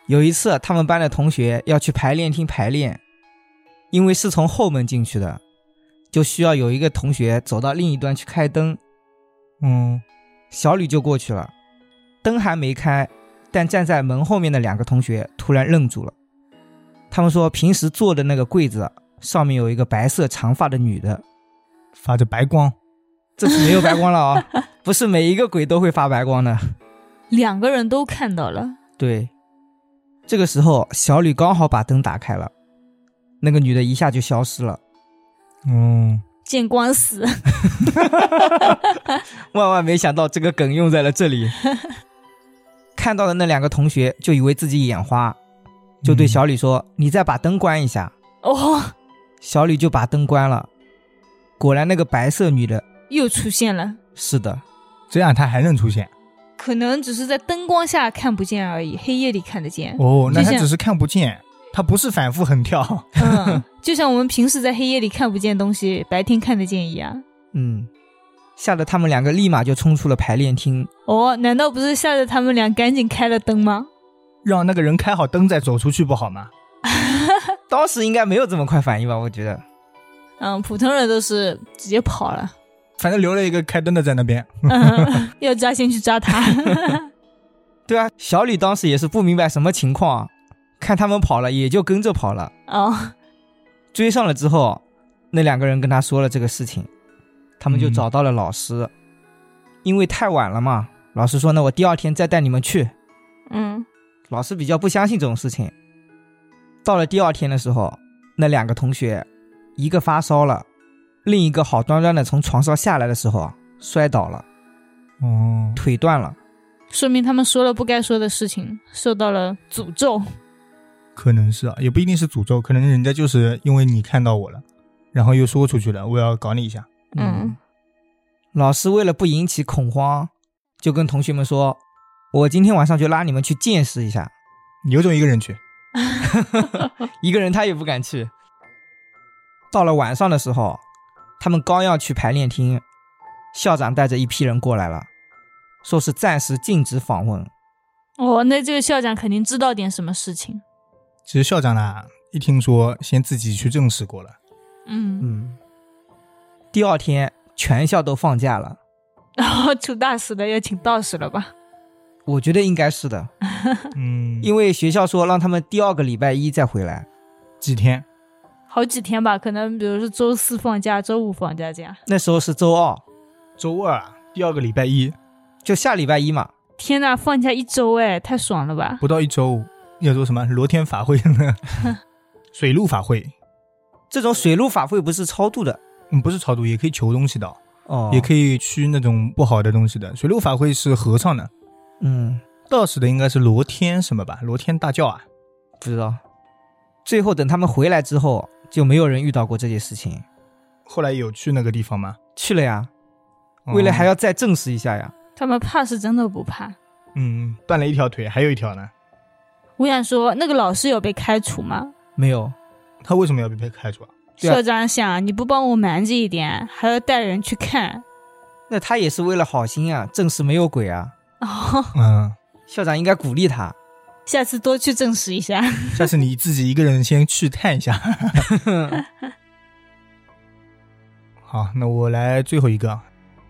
[SPEAKER 3] 有一次，他们班的同学要去排练厅排练，因为是从后门进去的，就需要有一个同学走到另一端去开灯。
[SPEAKER 1] 嗯，
[SPEAKER 3] 小吕就过去了，灯还没开，但站在门后面的两个同学突然愣住了。他们说，平时坐的那个柜子上面有一个白色长发的女的，
[SPEAKER 1] 发着白光，
[SPEAKER 3] 这次没有白光了啊、不是每一个鬼都会发白光的。
[SPEAKER 2] 两个人都看到了。
[SPEAKER 3] 对，这个时候小吕刚好把灯打开了，那个女的一下就消失了。
[SPEAKER 1] 嗯，
[SPEAKER 2] 见光死，
[SPEAKER 3] 万万没想到这个梗用在了这里。看到的那两个同学就以为自己眼花，就对小李说：“你再把灯关一下。
[SPEAKER 2] 哦，”
[SPEAKER 3] 小李就把灯关了。果然，那个白色女的，
[SPEAKER 2] 又出现了，
[SPEAKER 3] 是的，
[SPEAKER 1] 这样他还能出现
[SPEAKER 2] 可能只是在灯光下看不见而已，黑夜里看得见。
[SPEAKER 1] 哦？那
[SPEAKER 2] 就
[SPEAKER 1] 他
[SPEAKER 2] 像
[SPEAKER 1] 只是看不见，他不是反复横跳。
[SPEAKER 2] 嗯，就像我们平时在黑夜里看不见东西，白天看得见一样。
[SPEAKER 3] 嗯，吓得他们两个立马就冲出了排练厅。
[SPEAKER 2] 哦，难道不是吓得他们俩赶紧开了灯吗？
[SPEAKER 1] 让那个人开好灯再走出去不好吗？
[SPEAKER 3] 当时应该没有这么快反应吧？我觉得，
[SPEAKER 2] 嗯，普通人都是直接跑了，
[SPEAKER 1] 反正留了一个开灯的在那边。
[SPEAKER 2] 嗯、 要抓先去抓他。
[SPEAKER 3] 对啊，小李当时也是不明白什么情况啊，看他们跑了，也就跟着跑了。
[SPEAKER 2] 哦，
[SPEAKER 3] 追上了之后，那两个人跟他说了这个事情，他们就
[SPEAKER 1] 嗯
[SPEAKER 3] 找到了老师，因为太晚了嘛。老师说：“那我第二天再带你们去。
[SPEAKER 2] 嗯，”
[SPEAKER 3] 老师比较不相信这种事情。到了第二天的时候，那两个同学，一个发烧了，另一个好端端的从床上下来的时候啊，摔倒了，
[SPEAKER 1] 哦，
[SPEAKER 3] 腿断了。
[SPEAKER 2] 说明他们说了不该说的事情，受到了诅咒。
[SPEAKER 1] 可能是啊，也不一定是诅咒，可能人家就是因为你看到我了，然后又说出去了，我要搞你一下。
[SPEAKER 2] 嗯，
[SPEAKER 3] 老师为了不引起恐慌，就跟同学们说：“我今天晚上就拉你们去见识一下。”
[SPEAKER 1] 有种一个人去。
[SPEAKER 3] 一个人他也不敢去。到了晚上的时候，他们刚要去排练厅，校长带着一批人过来了，说是暂时禁止访问。
[SPEAKER 2] 哦，那这个校长肯定知道点什么事情。
[SPEAKER 1] 其实校长呢、一听说先自己去证实过了，
[SPEAKER 2] 嗯，
[SPEAKER 3] 嗯，第二天全校都放假了，
[SPEAKER 2] 然后出大事了，要请道士了吧？
[SPEAKER 3] 我觉得应该是的，
[SPEAKER 1] 嗯，
[SPEAKER 3] 因为学校说让他们第二个礼拜一再回来。
[SPEAKER 1] 几天，
[SPEAKER 2] 好几天吧，可能比如说周四放假、周五放假这样。
[SPEAKER 3] 那时候是周二，
[SPEAKER 1] 周二啊，第二个礼拜一，
[SPEAKER 3] 就下礼拜一嘛。
[SPEAKER 2] 天呐，放假一周哎，太爽了吧！
[SPEAKER 1] 不到一周要做什么罗天法会呢？水陆法会，
[SPEAKER 3] 这种水陆法会不是超度的
[SPEAKER 1] 嗯，不是超度，也可以求东西的哦，
[SPEAKER 3] 哦，
[SPEAKER 1] 也可以驱那种不好的东西的。水陆法会是和尚的，
[SPEAKER 3] 嗯，
[SPEAKER 1] 道士的应该是罗天什么吧？罗天大教啊，
[SPEAKER 3] 不知道。最后等他们回来之后，就没有人遇到过这件事情。
[SPEAKER 1] 后来有去那个地方吗？哦
[SPEAKER 3] 去了呀，未来还要再证实一下呀。
[SPEAKER 2] 他们怕是真的不怕。
[SPEAKER 1] 嗯，嗯断了一条腿，还有一条呢。
[SPEAKER 2] 我想说，那个老师有被开除吗？
[SPEAKER 3] 没有，
[SPEAKER 1] 他为什么要被开除啊？
[SPEAKER 3] 对啊
[SPEAKER 2] 校长想，你不帮我瞒着一点，还要带人去看。
[SPEAKER 3] 那他也是为了好心啊，证实没有鬼啊。
[SPEAKER 2] 哦，
[SPEAKER 1] 嗯，
[SPEAKER 3] 校长应该鼓励他。
[SPEAKER 2] 下次多去证实一下。
[SPEAKER 1] 下次你自己一个人先去探一下。 好，那我来最后一个，啊，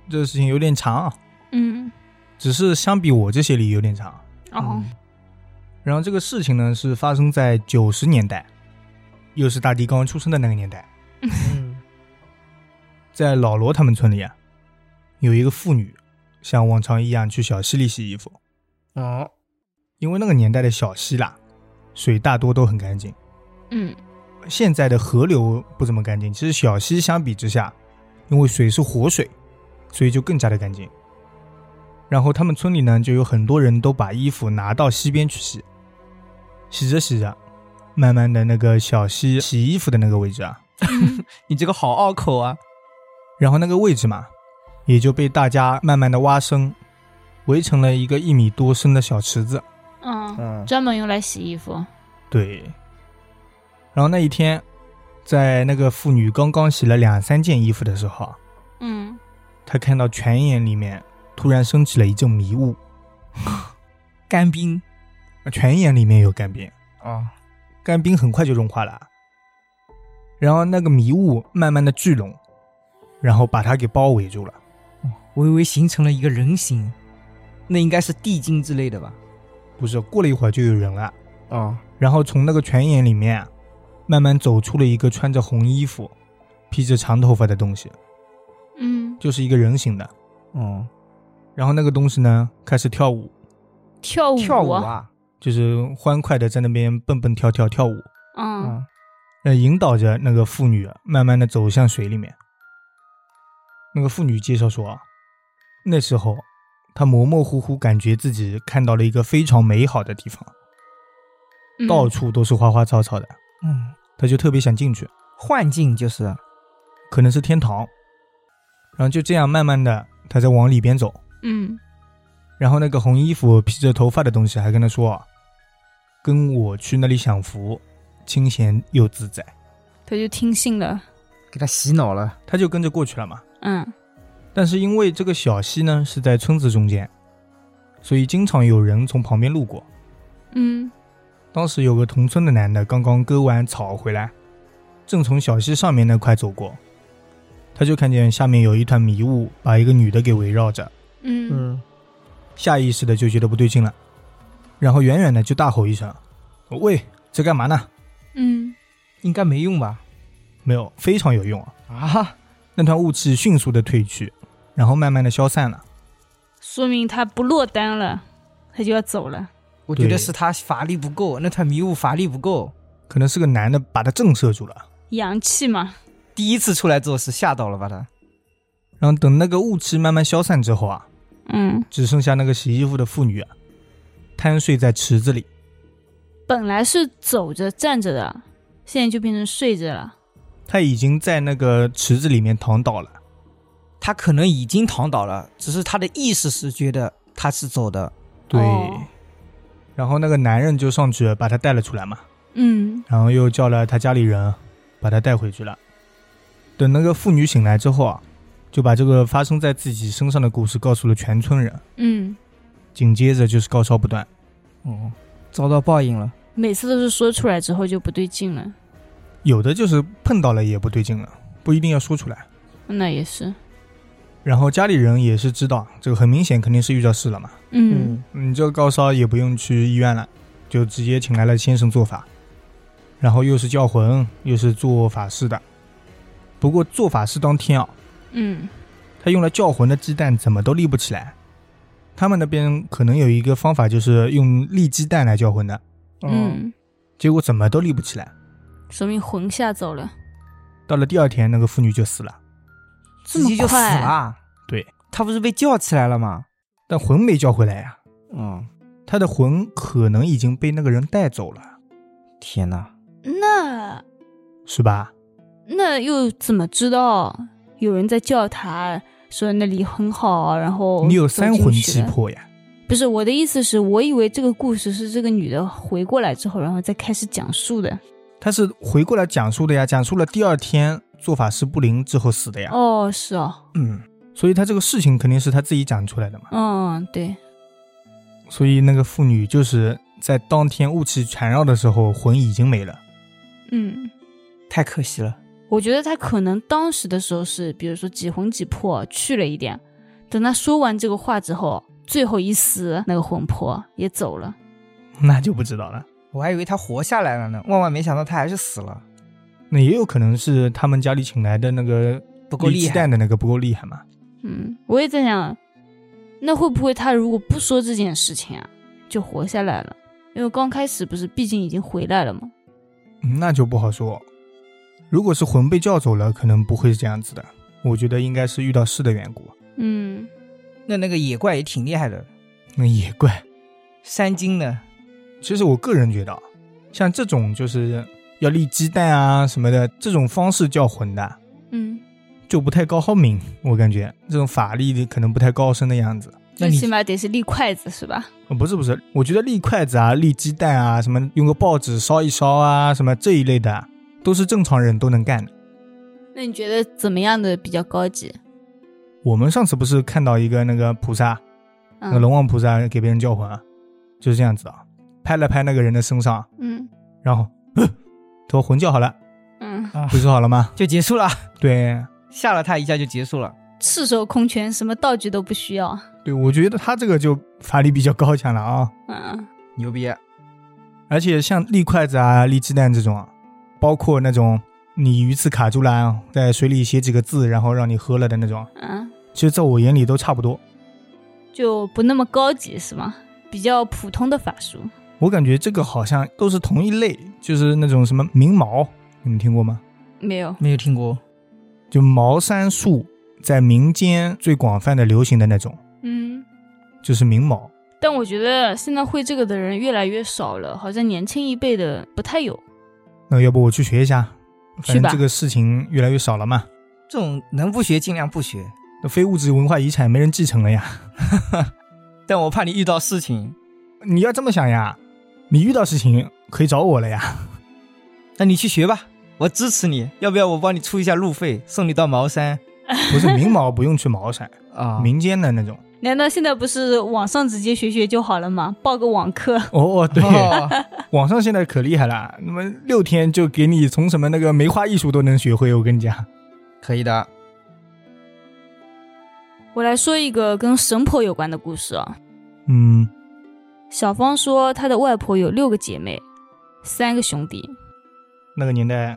[SPEAKER 1] 这个事情有点长啊，
[SPEAKER 2] 嗯，
[SPEAKER 1] 只是相比我这些里有点长。啊
[SPEAKER 2] 哦，
[SPEAKER 1] 然后这个事情呢是发生在九十年代，又是大迪刚出生的那个年代，
[SPEAKER 3] 嗯，
[SPEAKER 1] 在老罗他们村里啊，有一个妇女像往常一样去小溪里洗衣服，
[SPEAKER 3] 哦，
[SPEAKER 1] 因为那个年代的小溪啦，水大多都很干净。
[SPEAKER 2] 嗯，
[SPEAKER 1] 现在的河流不怎么干净，其实小溪相比之下，因为水是活水，所以就更加的干净。然后他们村里呢，就有很多人都把衣服拿到溪边去洗，洗着洗着，慢慢的那个小溪洗衣服的那个位置啊，
[SPEAKER 3] 你这个好拗口啊。
[SPEAKER 1] 然后那个位置嘛，也就被大家慢慢的挖深，围成了一个一米多深的小池子。
[SPEAKER 2] 嗯，
[SPEAKER 3] 嗯
[SPEAKER 2] 专门用来洗衣服。
[SPEAKER 1] 对。然后那一天，在那个妇女刚刚洗了两三件衣服的时候啊，
[SPEAKER 2] 嗯，
[SPEAKER 1] 他看到泉眼里面突然升起了一阵迷雾，
[SPEAKER 3] 干冰
[SPEAKER 1] 泉眼里面有干冰，
[SPEAKER 3] 哦，
[SPEAKER 1] 干冰很快就融化了，然后那个迷雾慢慢的聚拢，然后把它给包围住了。
[SPEAKER 3] 微微形成了一个人形，那应该是地精之类的吧？
[SPEAKER 1] 不是，过了一会儿就有人了，
[SPEAKER 3] 哦，
[SPEAKER 1] 然后从那个泉眼里面啊，慢慢走出了一个穿着红衣服、披着长头发的东西，
[SPEAKER 2] 嗯，
[SPEAKER 1] 就是一个人形的。
[SPEAKER 3] 哦，
[SPEAKER 1] 然后那个东西呢，开始跳舞，
[SPEAKER 2] 跳舞，
[SPEAKER 3] 跳舞啊，
[SPEAKER 1] 就是欢快的在那边蹦蹦跳跳跳舞。
[SPEAKER 2] 嗯，
[SPEAKER 3] 嗯，
[SPEAKER 1] 呃，引导着那个妇女慢慢的走向水里面。那个妇女介绍说，啊那时候她模模糊糊感觉自己看到了一个非常美好的地方，
[SPEAKER 2] 嗯
[SPEAKER 1] 到处都是花花草草的，
[SPEAKER 3] 嗯，
[SPEAKER 1] 她就特别想进去，
[SPEAKER 3] 幻境就是，
[SPEAKER 1] 可能是天堂。然后就这样慢慢的，她在往里边走，
[SPEAKER 2] 嗯，
[SPEAKER 1] 然后那个红衣服披着头发的东西还跟她说，啊跟我去那里享福，清闲又自在。
[SPEAKER 2] 他就听信了。
[SPEAKER 3] 给他洗脑了。
[SPEAKER 1] 她就跟着过去了嘛。
[SPEAKER 2] 嗯，
[SPEAKER 1] 但是因为这个小溪呢是在村子中间，所以经常有人从旁边路过。
[SPEAKER 2] 嗯，
[SPEAKER 1] 当时有个同村的男的刚刚割完草回来，正从小溪上面那块走过，他就看见下面有一团迷雾把一个女的给围绕着，
[SPEAKER 2] 嗯，，
[SPEAKER 1] 下意识的就觉得不对劲了，然后远远的就大吼一声：“喂，在干嘛呢
[SPEAKER 2] 嗯，
[SPEAKER 3] 应该没用吧？？”
[SPEAKER 1] 没有，非常有用啊！
[SPEAKER 3] 啊，
[SPEAKER 1] 那团雾气迅速的退去，然后慢慢的消散了。
[SPEAKER 2] 说明他不落单了，他就要走了。
[SPEAKER 3] 我觉
[SPEAKER 1] 对
[SPEAKER 3] 得是他法力不够，那团迷雾法力不够，
[SPEAKER 1] 可能是个男的把他震慑住了。
[SPEAKER 2] 阳气嘛，
[SPEAKER 3] 第一次出来做事吓到了吧他？
[SPEAKER 1] 然后等那个雾气慢慢消散之后啊，
[SPEAKER 2] 嗯，
[SPEAKER 1] 只剩下那个洗衣服的妇女啊，瘫睡在池子里。
[SPEAKER 2] 本来是走着站着的，现在就变成睡着了。
[SPEAKER 1] 她已经在那个池子里面躺倒了。
[SPEAKER 3] 他可能已经躺倒了，只是他的意识是觉得他是走的。
[SPEAKER 2] 哦
[SPEAKER 1] 然后那个男人就上去把她带了出来嘛，
[SPEAKER 2] 嗯
[SPEAKER 1] 然后又叫了她家里人把她带回去了。等那个妇女醒来之后啊，就把这个发生在自己身上的故事告诉了全村人。
[SPEAKER 2] 嗯，
[SPEAKER 1] 紧接着就是高烧不断，嗯
[SPEAKER 3] 哦，遭到报应了。
[SPEAKER 2] 每次都是说出来之后就不对劲了，
[SPEAKER 1] 有的就是碰到了也不对劲了，不一定要说出来。
[SPEAKER 2] 那也是，
[SPEAKER 1] 然后家里人也是知道，这个很明显肯定是遇到事了嘛。
[SPEAKER 2] 嗯，
[SPEAKER 1] 你这个高烧也不用去医院了，就直接请来了先生做法，然后又是叫魂，又是做法事的。不过做法事当天啊，
[SPEAKER 2] 嗯，
[SPEAKER 1] 他用了叫魂的鸡蛋怎么都立不起来。他们那边可能有一个方法，就是用立鸡蛋来叫魂的，
[SPEAKER 3] 嗯，
[SPEAKER 2] 嗯，
[SPEAKER 1] 结果怎么都立不起来。
[SPEAKER 2] 说明魂吓走了，
[SPEAKER 1] 到了第二天，那个妇女就死了，
[SPEAKER 2] 这
[SPEAKER 3] 自己
[SPEAKER 2] 么
[SPEAKER 3] 就死
[SPEAKER 2] 快，
[SPEAKER 3] 了。
[SPEAKER 1] 对，
[SPEAKER 3] 他不是被叫起来了吗？
[SPEAKER 1] 但魂没叫回来呀、
[SPEAKER 3] 嗯，
[SPEAKER 1] 他的魂可能已经被那个人带走了，
[SPEAKER 3] 天哪，
[SPEAKER 2] 那
[SPEAKER 1] 是吧？
[SPEAKER 2] 那又怎么知道有人在叫他？说那里很好，然后
[SPEAKER 1] 你有
[SPEAKER 2] 走
[SPEAKER 1] 三
[SPEAKER 2] 哦进
[SPEAKER 1] 魂
[SPEAKER 2] 去
[SPEAKER 1] 七
[SPEAKER 2] 了
[SPEAKER 1] 魄呀，
[SPEAKER 2] 不是我的意思是，我以为这个故事是这个女的回过来之后，然后再开始讲述的。
[SPEAKER 1] 他是回过来讲述的呀，讲述了第二天做法师不灵之后死的呀，
[SPEAKER 2] 哦，是哦，
[SPEAKER 1] 嗯，所以他这个事情肯定是他自己讲出来的嘛，
[SPEAKER 2] 嗯，对，
[SPEAKER 1] 所以那个妇女就是在当天雾气缠绕的时候，魂已经没了，
[SPEAKER 2] 嗯，
[SPEAKER 3] 太可惜了。
[SPEAKER 2] 我觉得她可能当时的时候是，比如说几魂几魄去了一点，等她说完这个话之后，最后一丝那个魂魄也走了。
[SPEAKER 1] 那就不知道了。
[SPEAKER 3] 我还以为他活下来了呢，万万没想到他还是死了，
[SPEAKER 1] 那也有可能是他们家里请来的那个
[SPEAKER 3] 不够
[SPEAKER 1] 立
[SPEAKER 3] 厉
[SPEAKER 1] 鸡
[SPEAKER 3] 害。
[SPEAKER 1] 蛋的那个不够厉害嘛？
[SPEAKER 2] 嗯，我也在想，那会不会她如果不说这件事情啊，就活下来了？因为刚开始不是，毕竟已经回来了嘛。
[SPEAKER 1] 嗯那就不好说。如果是魂被叫走了，可能不会是这样子的。我觉得应该是遇到事的缘故。
[SPEAKER 2] 嗯，
[SPEAKER 3] 那那个野怪也挺厉害的，
[SPEAKER 1] 那也怪。
[SPEAKER 3] 山精呢？
[SPEAKER 1] 其实我个人觉得啊，像这种就是要立鸡蛋啊什么的这种方式叫魂的，
[SPEAKER 2] 嗯，
[SPEAKER 1] 就不太高明。我感觉这种法力可能不太高深的样子。
[SPEAKER 3] 那
[SPEAKER 2] 最
[SPEAKER 3] 你
[SPEAKER 2] 起码得是立筷子是吧？
[SPEAKER 1] 呃不是不是，我觉得立筷子啊、立鸡蛋啊、什么用个报纸烧一烧啊、什么这一类的，都是正常人都能干的。
[SPEAKER 2] 那你觉得怎么样的比较高级？
[SPEAKER 1] 我们上次不是看到一个那个菩萨，那个
[SPEAKER 2] 嗯
[SPEAKER 1] 龙王菩萨给别人叫魂，啊，就是这样子的啊，拍了拍那个人的身上，
[SPEAKER 2] 嗯
[SPEAKER 1] 然后，呃他说魂叫好了，
[SPEAKER 2] 嗯，
[SPEAKER 1] 不是好了吗？
[SPEAKER 3] 就结束了，
[SPEAKER 1] 对，
[SPEAKER 3] 吓了他一下就结束了。
[SPEAKER 2] 赤手空拳，什么道具都不需要。
[SPEAKER 1] 对，我觉得他这个就法力比较高强了啊，
[SPEAKER 2] 嗯
[SPEAKER 3] 牛逼！啊
[SPEAKER 1] 而且像立筷子啊、立鸡蛋这种啊，包括那种你鱼刺卡住了啊，在水里写几个字，然后让你喝了的那种，啊
[SPEAKER 2] 嗯，
[SPEAKER 1] 其实在我眼里都差不多。
[SPEAKER 2] 就不那么高级是吗？比较普通的法术。
[SPEAKER 1] 我感觉这个好像都是同一类，就是那种什么明毛，你们听过吗？
[SPEAKER 2] 没有，
[SPEAKER 3] 没有听过，
[SPEAKER 1] 就茅山术在民间最广泛的流行的那种，
[SPEAKER 2] 嗯，
[SPEAKER 1] 就是明毛。
[SPEAKER 2] 但我觉得现在会这个的人越来越少了，好像年轻一辈的不太有，
[SPEAKER 1] 那要不我去学一下？反
[SPEAKER 2] 去吧
[SPEAKER 1] 正这个事情越来越少了嘛。
[SPEAKER 3] 这种能不学尽量不学。
[SPEAKER 1] 那非物质文化遗产没人继承了呀。
[SPEAKER 3] 但我怕你遇到事情，
[SPEAKER 1] 你要这么想呀，你遇到事情可以找我了 呀。
[SPEAKER 3] 那你去学吧，我支持你。要不要我帮你出一下路费，送你到茅山
[SPEAKER 1] 不是明毛不用去茅山，
[SPEAKER 3] 啊？
[SPEAKER 1] 民间的那种。
[SPEAKER 2] 难道现在不是网上直接学学就好了吗？报个网课，
[SPEAKER 1] 哦哦，对，
[SPEAKER 3] 哦
[SPEAKER 1] 网上现在可厉害了，那么六天就给你从什么那个梅花艺术都能学会。我跟你讲，
[SPEAKER 3] 可以的。
[SPEAKER 2] 我来说一个跟神婆有关的故事啊。
[SPEAKER 1] 嗯，
[SPEAKER 2] 小芳说，她的外婆有六个姐妹，三个兄弟，
[SPEAKER 1] 那个年代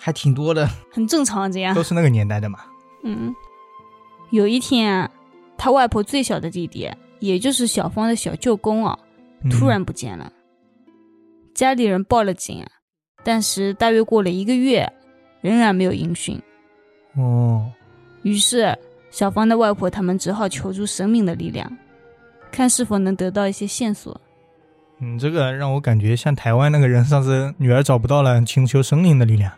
[SPEAKER 3] 还挺多的。
[SPEAKER 2] 很正常啊这样
[SPEAKER 1] 都。是那个年代的嘛。
[SPEAKER 2] 嗯，有一天啊，他外婆最小的弟弟，也就是小芳的小舅公啊，
[SPEAKER 1] 嗯
[SPEAKER 2] 突然不见了。家里人报了警，但是大约过了一个月，仍然没有音讯。
[SPEAKER 1] 哦，
[SPEAKER 2] 于是，小芳的外婆他们只好求助神明的力量，看是否能得到一些线索。
[SPEAKER 1] 你嗯这个让我感觉像台湾那个人上次女儿找不到了，请求神灵的力量。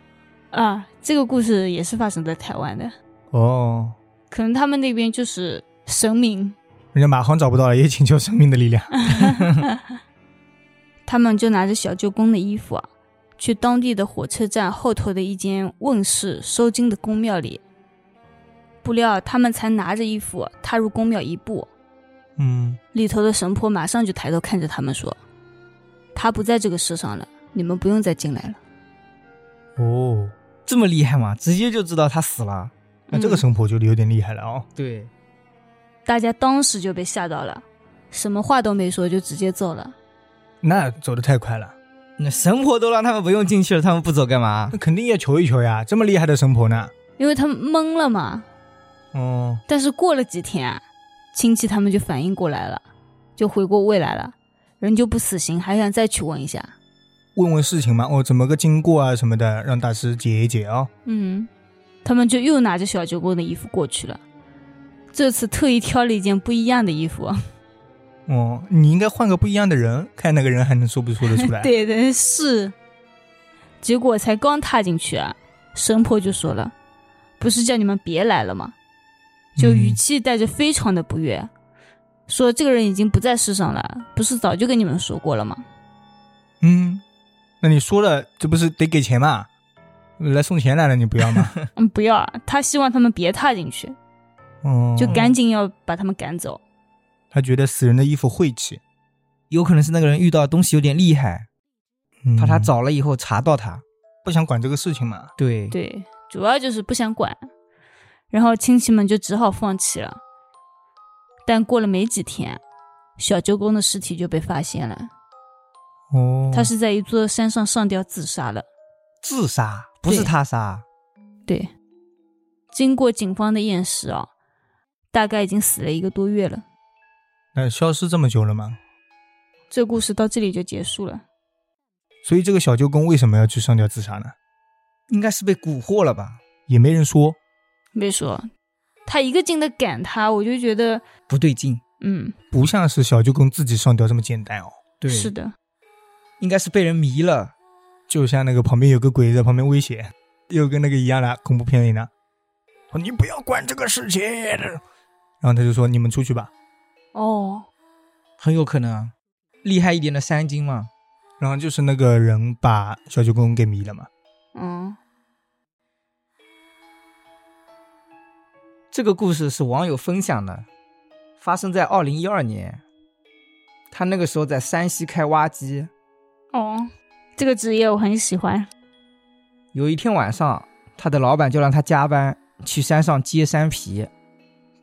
[SPEAKER 2] 啊，这个故事也是发生在台湾的，
[SPEAKER 1] 哦，
[SPEAKER 2] 可能他们那边就是神明
[SPEAKER 1] 人家马航找不到了，也请求神明的力量。
[SPEAKER 2] 他们就拿着小舅公的衣服啊，去当地的火车站后头的一间问世收金的宫庙里。不料他们才拿着一斧踏入宫庙一步，
[SPEAKER 1] 嗯，
[SPEAKER 2] 里头的神婆马上就抬头看着他们说：“他不在这个世上了，你们不用再进来了。
[SPEAKER 1] 哦，
[SPEAKER 3] 这么厉害吗？直接就知道他死了。
[SPEAKER 1] 那这个
[SPEAKER 2] 嗯
[SPEAKER 1] 神婆就有点厉害了哦。
[SPEAKER 3] 对，”
[SPEAKER 2] 大家当时就被吓到了，什么话都没说就直接走了。
[SPEAKER 1] 那走的太快了，
[SPEAKER 3] 那神婆都让他们不用进去了，他们不走干 嘛
[SPEAKER 1] 那？肯定要求一求呀，这么厉害的神婆呢？
[SPEAKER 2] 因为他们懵了嘛。
[SPEAKER 1] 哦，
[SPEAKER 2] 但是过了几天啊，亲戚他们就反应过来了，就回过味来了，人就不死心，还想再去问一下。
[SPEAKER 1] 问问事情嘛，哦，怎么个经过啊什么的，让大师解一解哦。
[SPEAKER 2] 嗯，他们就又拿着小九公的衣服过去了，这次特意挑了一件不一样的衣服。
[SPEAKER 1] 哦，你应该换个不一样的人，看那个人还能说不说得 出来。，
[SPEAKER 2] 对的，是。结果才刚踏进去啊，神婆就说了：“不是叫你们别来了吗？”就语
[SPEAKER 1] 嗯
[SPEAKER 2] 气带着非常的不悦，说这个人已经不在世上了，不是早就跟你们说过了吗？
[SPEAKER 1] 嗯，那你说了，这不是得给钱吗？来送钱来了，你不要 吗？
[SPEAKER 2] 嗯，不要，啊，他希望他们别踏进去，
[SPEAKER 1] 哦，
[SPEAKER 2] 就赶紧要把他们赶走。
[SPEAKER 1] 他觉得死人的衣服晦气，
[SPEAKER 3] 有可能是那个人遇到东西有点厉害，
[SPEAKER 1] 嗯
[SPEAKER 3] 怕他找了以后查到他。
[SPEAKER 1] 不想管这个事情嘛。
[SPEAKER 3] 对，
[SPEAKER 2] 对，主要就是不想管，然后亲戚们就只好放弃了。但过了没几天，小舅公的尸体就被发现了，
[SPEAKER 1] 哦，
[SPEAKER 2] 他是在一座山上上吊自杀了。
[SPEAKER 3] 自杀不是
[SPEAKER 2] 对
[SPEAKER 3] 他杀，
[SPEAKER 2] 对，经过警方的验尸啊、大概已经死了一个多月了。
[SPEAKER 1] 那消失这么久了吗？
[SPEAKER 2] 这故事到这里就结束了。
[SPEAKER 1] 所以这个小舅公为什么要去上吊自杀呢？
[SPEAKER 3] 应该是被蛊惑了吧？
[SPEAKER 1] 也没人说。
[SPEAKER 2] 别说，他一个劲的赶他，我就觉得，
[SPEAKER 3] 不对劲，
[SPEAKER 2] 嗯，
[SPEAKER 1] 不像是小舅公自己上吊这么简单哦，
[SPEAKER 3] 对
[SPEAKER 2] 是的，
[SPEAKER 3] 应该是被人迷了。
[SPEAKER 1] 就像那个旁边有个鬼在旁边威胁，又跟那个一样的恐怖片里呢，说你不要管这个事情，然后他就说你们出去吧，
[SPEAKER 2] 哦，
[SPEAKER 3] 很有可能啊，厉害一点的三金嘛，
[SPEAKER 1] 然后就是那个人把小舅公给迷了嘛，
[SPEAKER 2] 嗯，
[SPEAKER 3] 这个故事是网友分享的，发生在二零一二年。他那个时候在山西开挖机，
[SPEAKER 2] 哦，这个职业我很喜欢。
[SPEAKER 3] 有一天晚上，他的老板就让他加班去山上接山皮，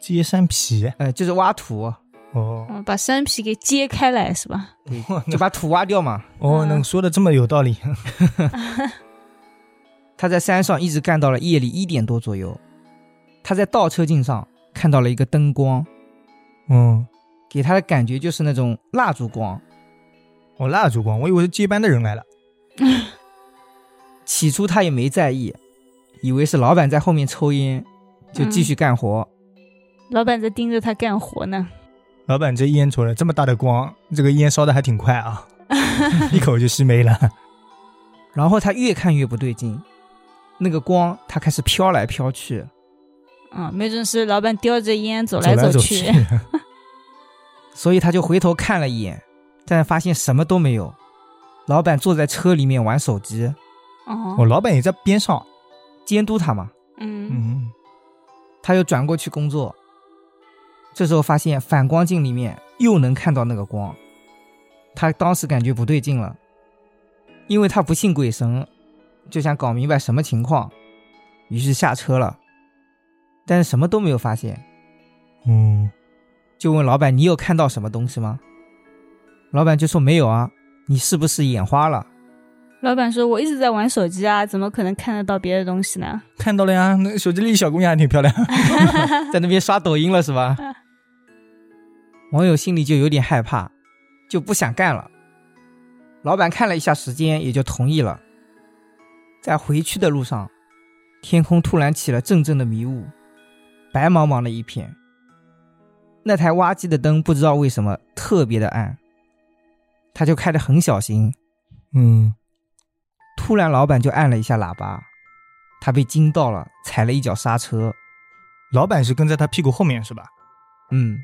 [SPEAKER 1] 揭山皮
[SPEAKER 3] 呃，就是挖土，
[SPEAKER 1] 哦
[SPEAKER 2] 嗯，把山皮给揭开来是吧？
[SPEAKER 1] 哇
[SPEAKER 3] 就
[SPEAKER 1] 那
[SPEAKER 3] 把土挖掉嘛。
[SPEAKER 1] 哦，能说的这么有道理，
[SPEAKER 3] 他在山上一直干到了夜里一点多左右，他在倒车镜上看到了一个灯光，
[SPEAKER 1] 嗯，
[SPEAKER 3] 给他的感觉就是那种蜡烛光。
[SPEAKER 1] 我哦蜡烛光，我以为是接班的人来了，
[SPEAKER 3] 起初他也没在意，以为是老板在后面抽烟，就继续干活。
[SPEAKER 2] 嗯老板在盯着他干活呢。
[SPEAKER 1] 老板这烟抽了这么大的光，这个烟烧的还挺快啊， 一口就吸没了，
[SPEAKER 3] 然后他越看越不对劲，那个光它开始飘来飘去，
[SPEAKER 2] 嗯，没准是老板叼着烟 走
[SPEAKER 1] 走
[SPEAKER 2] 来
[SPEAKER 1] 来走
[SPEAKER 2] 去。
[SPEAKER 1] 去，
[SPEAKER 3] 所以他就回头看了一眼，但发现什么都没有。老板坐在车里面玩手机，
[SPEAKER 1] 我
[SPEAKER 2] 哦，
[SPEAKER 1] 老板也在边上，
[SPEAKER 3] 监督他嘛。
[SPEAKER 2] 嗯，
[SPEAKER 1] 嗯。
[SPEAKER 3] 他又转过去工作。这时候发现反光镜里面又能看到那个光，他当时感觉不对劲了，因为他不信鬼神，就想搞明白什么情况，于是下车了，但是什么都没有发现，
[SPEAKER 1] 嗯，
[SPEAKER 3] 就问老板：“你有看到什么东西吗？”老板就说：“没有啊，你是不是眼花了
[SPEAKER 2] 老板说：“我一直在玩手机啊，怎么可能看得到别的东西呢
[SPEAKER 1] 看到了呀，那手机里小姑娘还挺漂亮。？”
[SPEAKER 3] 在那边刷抖音了是吧？网友心里就有点害怕，就不想干了。老板看了一下时间，也就同意了。在回去的路上，天空突然起了阵阵的迷雾，白茫茫的一片。那台挖机的灯不知道为什么特别的暗，他就开得很小心。
[SPEAKER 1] 嗯，
[SPEAKER 3] 突然，老板就按了一下喇叭，他被惊到了，踩了一脚刹车。
[SPEAKER 1] 老板是跟在他屁股后面是吧？
[SPEAKER 3] 嗯，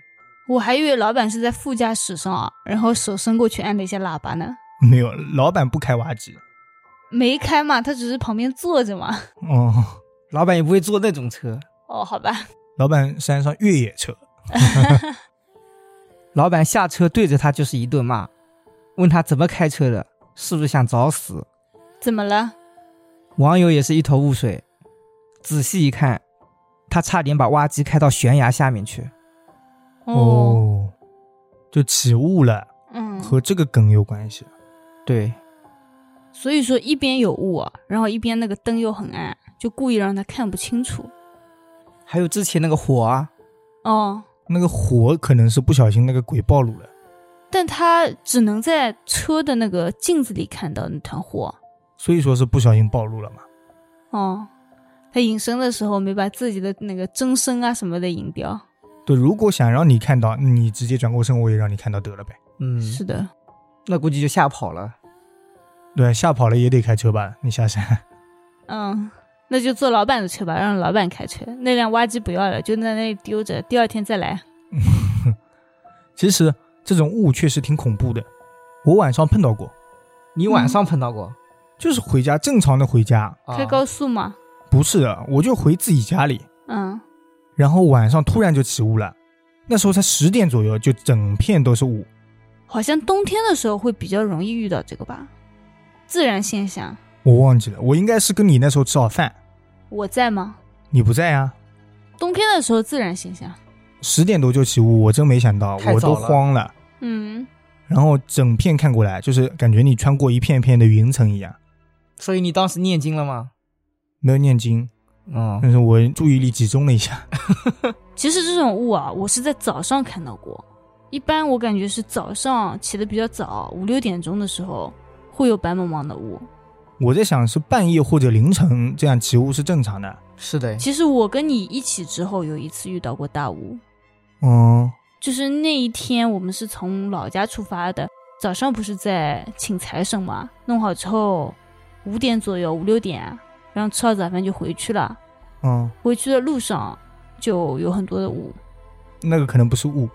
[SPEAKER 2] 我还以为老板是在副驾驶上啊，然后手伸过去按了一下喇叭呢。
[SPEAKER 1] 没有，老板不开挖机。
[SPEAKER 2] 没开嘛，他只是旁边坐着嘛。
[SPEAKER 1] 哦，
[SPEAKER 3] 老板也不会坐那种车。
[SPEAKER 2] 哦，好吧，
[SPEAKER 1] 老板山上越野车，
[SPEAKER 3] 老板下车对着他就是一顿骂，问他怎么开车的，是不是想找死？
[SPEAKER 2] 怎么了？
[SPEAKER 3] 网友也是一头雾水。仔细一看，他差点把挖机开到悬崖下面去。
[SPEAKER 2] 哦，，
[SPEAKER 1] 就起雾了，
[SPEAKER 2] 嗯，
[SPEAKER 1] 和这个梗有关系。
[SPEAKER 3] 对，
[SPEAKER 2] 所以说一边有雾、啊，然后一边那个灯又很暗，就故意让他看不清楚。
[SPEAKER 3] 还有之前那个火啊，
[SPEAKER 2] 哦，
[SPEAKER 1] 那个火可能是不小心那个鬼暴露了，
[SPEAKER 2] 但他只能在车的那个镜子里看到那团火。
[SPEAKER 1] 所以说是不小心暴露了嘛。
[SPEAKER 2] 哦，他隐身的时候没把自己的那个真身啊什么的隐掉。
[SPEAKER 1] 对，如果想让你看到，你直接转过身，我也让你看到得了呗。
[SPEAKER 3] 嗯，
[SPEAKER 2] 是的，
[SPEAKER 3] 那估计就吓跑了。
[SPEAKER 1] 对，吓跑了也得开车吧？你下山，
[SPEAKER 2] 嗯，那就坐老板的车吧，让老板开车。那辆挖机不要了，就在那里丢着，第二天再来。
[SPEAKER 1] 其实这种雾确实挺恐怖的，我晚上碰到过，
[SPEAKER 3] 你晚上碰到过？
[SPEAKER 1] 就是回家正常的回家，
[SPEAKER 3] 啊
[SPEAKER 2] 开高速嘛，
[SPEAKER 1] 不是的，我就回自己家里，
[SPEAKER 2] 嗯，
[SPEAKER 1] 然后晚上突然就起雾了，那时候才十点左右，就整片都是雾。
[SPEAKER 2] 好像冬天的时候会比较容易遇到这个吧，自然现象。
[SPEAKER 1] 我忘记了，我应该是跟你那时候吃好饭，
[SPEAKER 2] 我在吗？
[SPEAKER 1] 你不在啊。
[SPEAKER 2] 冬天的时候自然现象。
[SPEAKER 1] 十点多就起雾，我真没想到，
[SPEAKER 3] 太
[SPEAKER 1] 我
[SPEAKER 3] 早
[SPEAKER 1] 都
[SPEAKER 3] 了
[SPEAKER 1] 慌了。
[SPEAKER 2] 嗯，
[SPEAKER 1] 然后整片看过来，就是感觉你穿过一片片的云层一样。
[SPEAKER 3] 所以你当时念经了吗？
[SPEAKER 1] 没有念经，
[SPEAKER 3] 嗯，
[SPEAKER 1] 但是我注意力集中了一下。
[SPEAKER 2] 其实这种雾啊，我是在早上看到过。一般我感觉是早上起得比较早，五六点钟的时候会有白茫茫的雾。
[SPEAKER 1] 我在想，是半夜或者凌晨这样起雾是正常的。
[SPEAKER 3] 是的，
[SPEAKER 2] 其实我跟你一起之后有一次遇到过大雾，
[SPEAKER 1] 嗯，
[SPEAKER 2] 就是那一天我们是从老家出发的，早上不是在请财神嘛，弄好之后五点左右五六点，然后吃好早饭就回去了。
[SPEAKER 1] 嗯，
[SPEAKER 2] 回去的路上就有很多的雾，
[SPEAKER 1] 那个可能不是雾，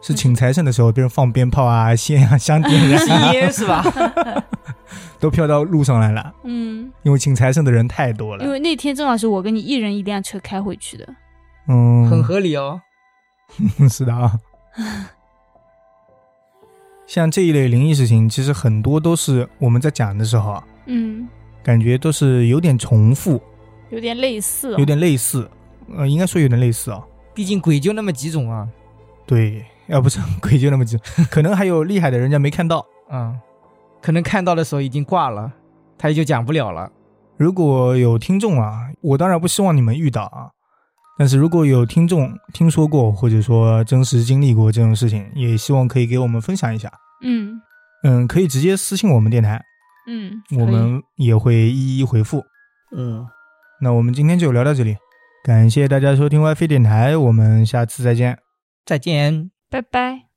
[SPEAKER 1] 是请财神的时候，别人放鞭炮啊、 线啊、香点 燃啊、
[SPEAKER 3] 吸烟是吧？
[SPEAKER 1] 都飘到路上来了，
[SPEAKER 2] 嗯，
[SPEAKER 1] 因为请财神的人太多
[SPEAKER 2] 因
[SPEAKER 1] 了。
[SPEAKER 2] 为那天正好是我跟你一人一辆车开回去的。
[SPEAKER 1] 嗯，
[SPEAKER 3] 很合理哦。
[SPEAKER 1] 是的啊。像这一类灵异事情，其实很多都是我们在讲的时候啊，
[SPEAKER 2] 嗯，
[SPEAKER 1] 感觉都是有点重复，
[SPEAKER 2] 有点类似、哦
[SPEAKER 1] 有。点类似，呃，应该说有点类似啊。
[SPEAKER 3] 毕竟鬼就那么几种啊。
[SPEAKER 1] 对，要不是 鬼就那么急，可能还有厉害的人家没看到。
[SPEAKER 3] 嗯，可能看到的时候已经挂了，他也就讲不了了。
[SPEAKER 1] 如果有听众啊，我当然不希望你们遇到啊，但是如果有听众听说过或者说真实经历过这种事情，也希望可以给我们分享一下。
[SPEAKER 2] 嗯
[SPEAKER 1] 嗯，可以直接私信我们电台，
[SPEAKER 2] 嗯，
[SPEAKER 1] 我们也会一一回复。
[SPEAKER 3] 嗯，
[SPEAKER 1] 那我们今天就聊到这里，感谢大家收听 WiFi 电台，我们下次再见。
[SPEAKER 3] 再见。
[SPEAKER 2] 拜拜。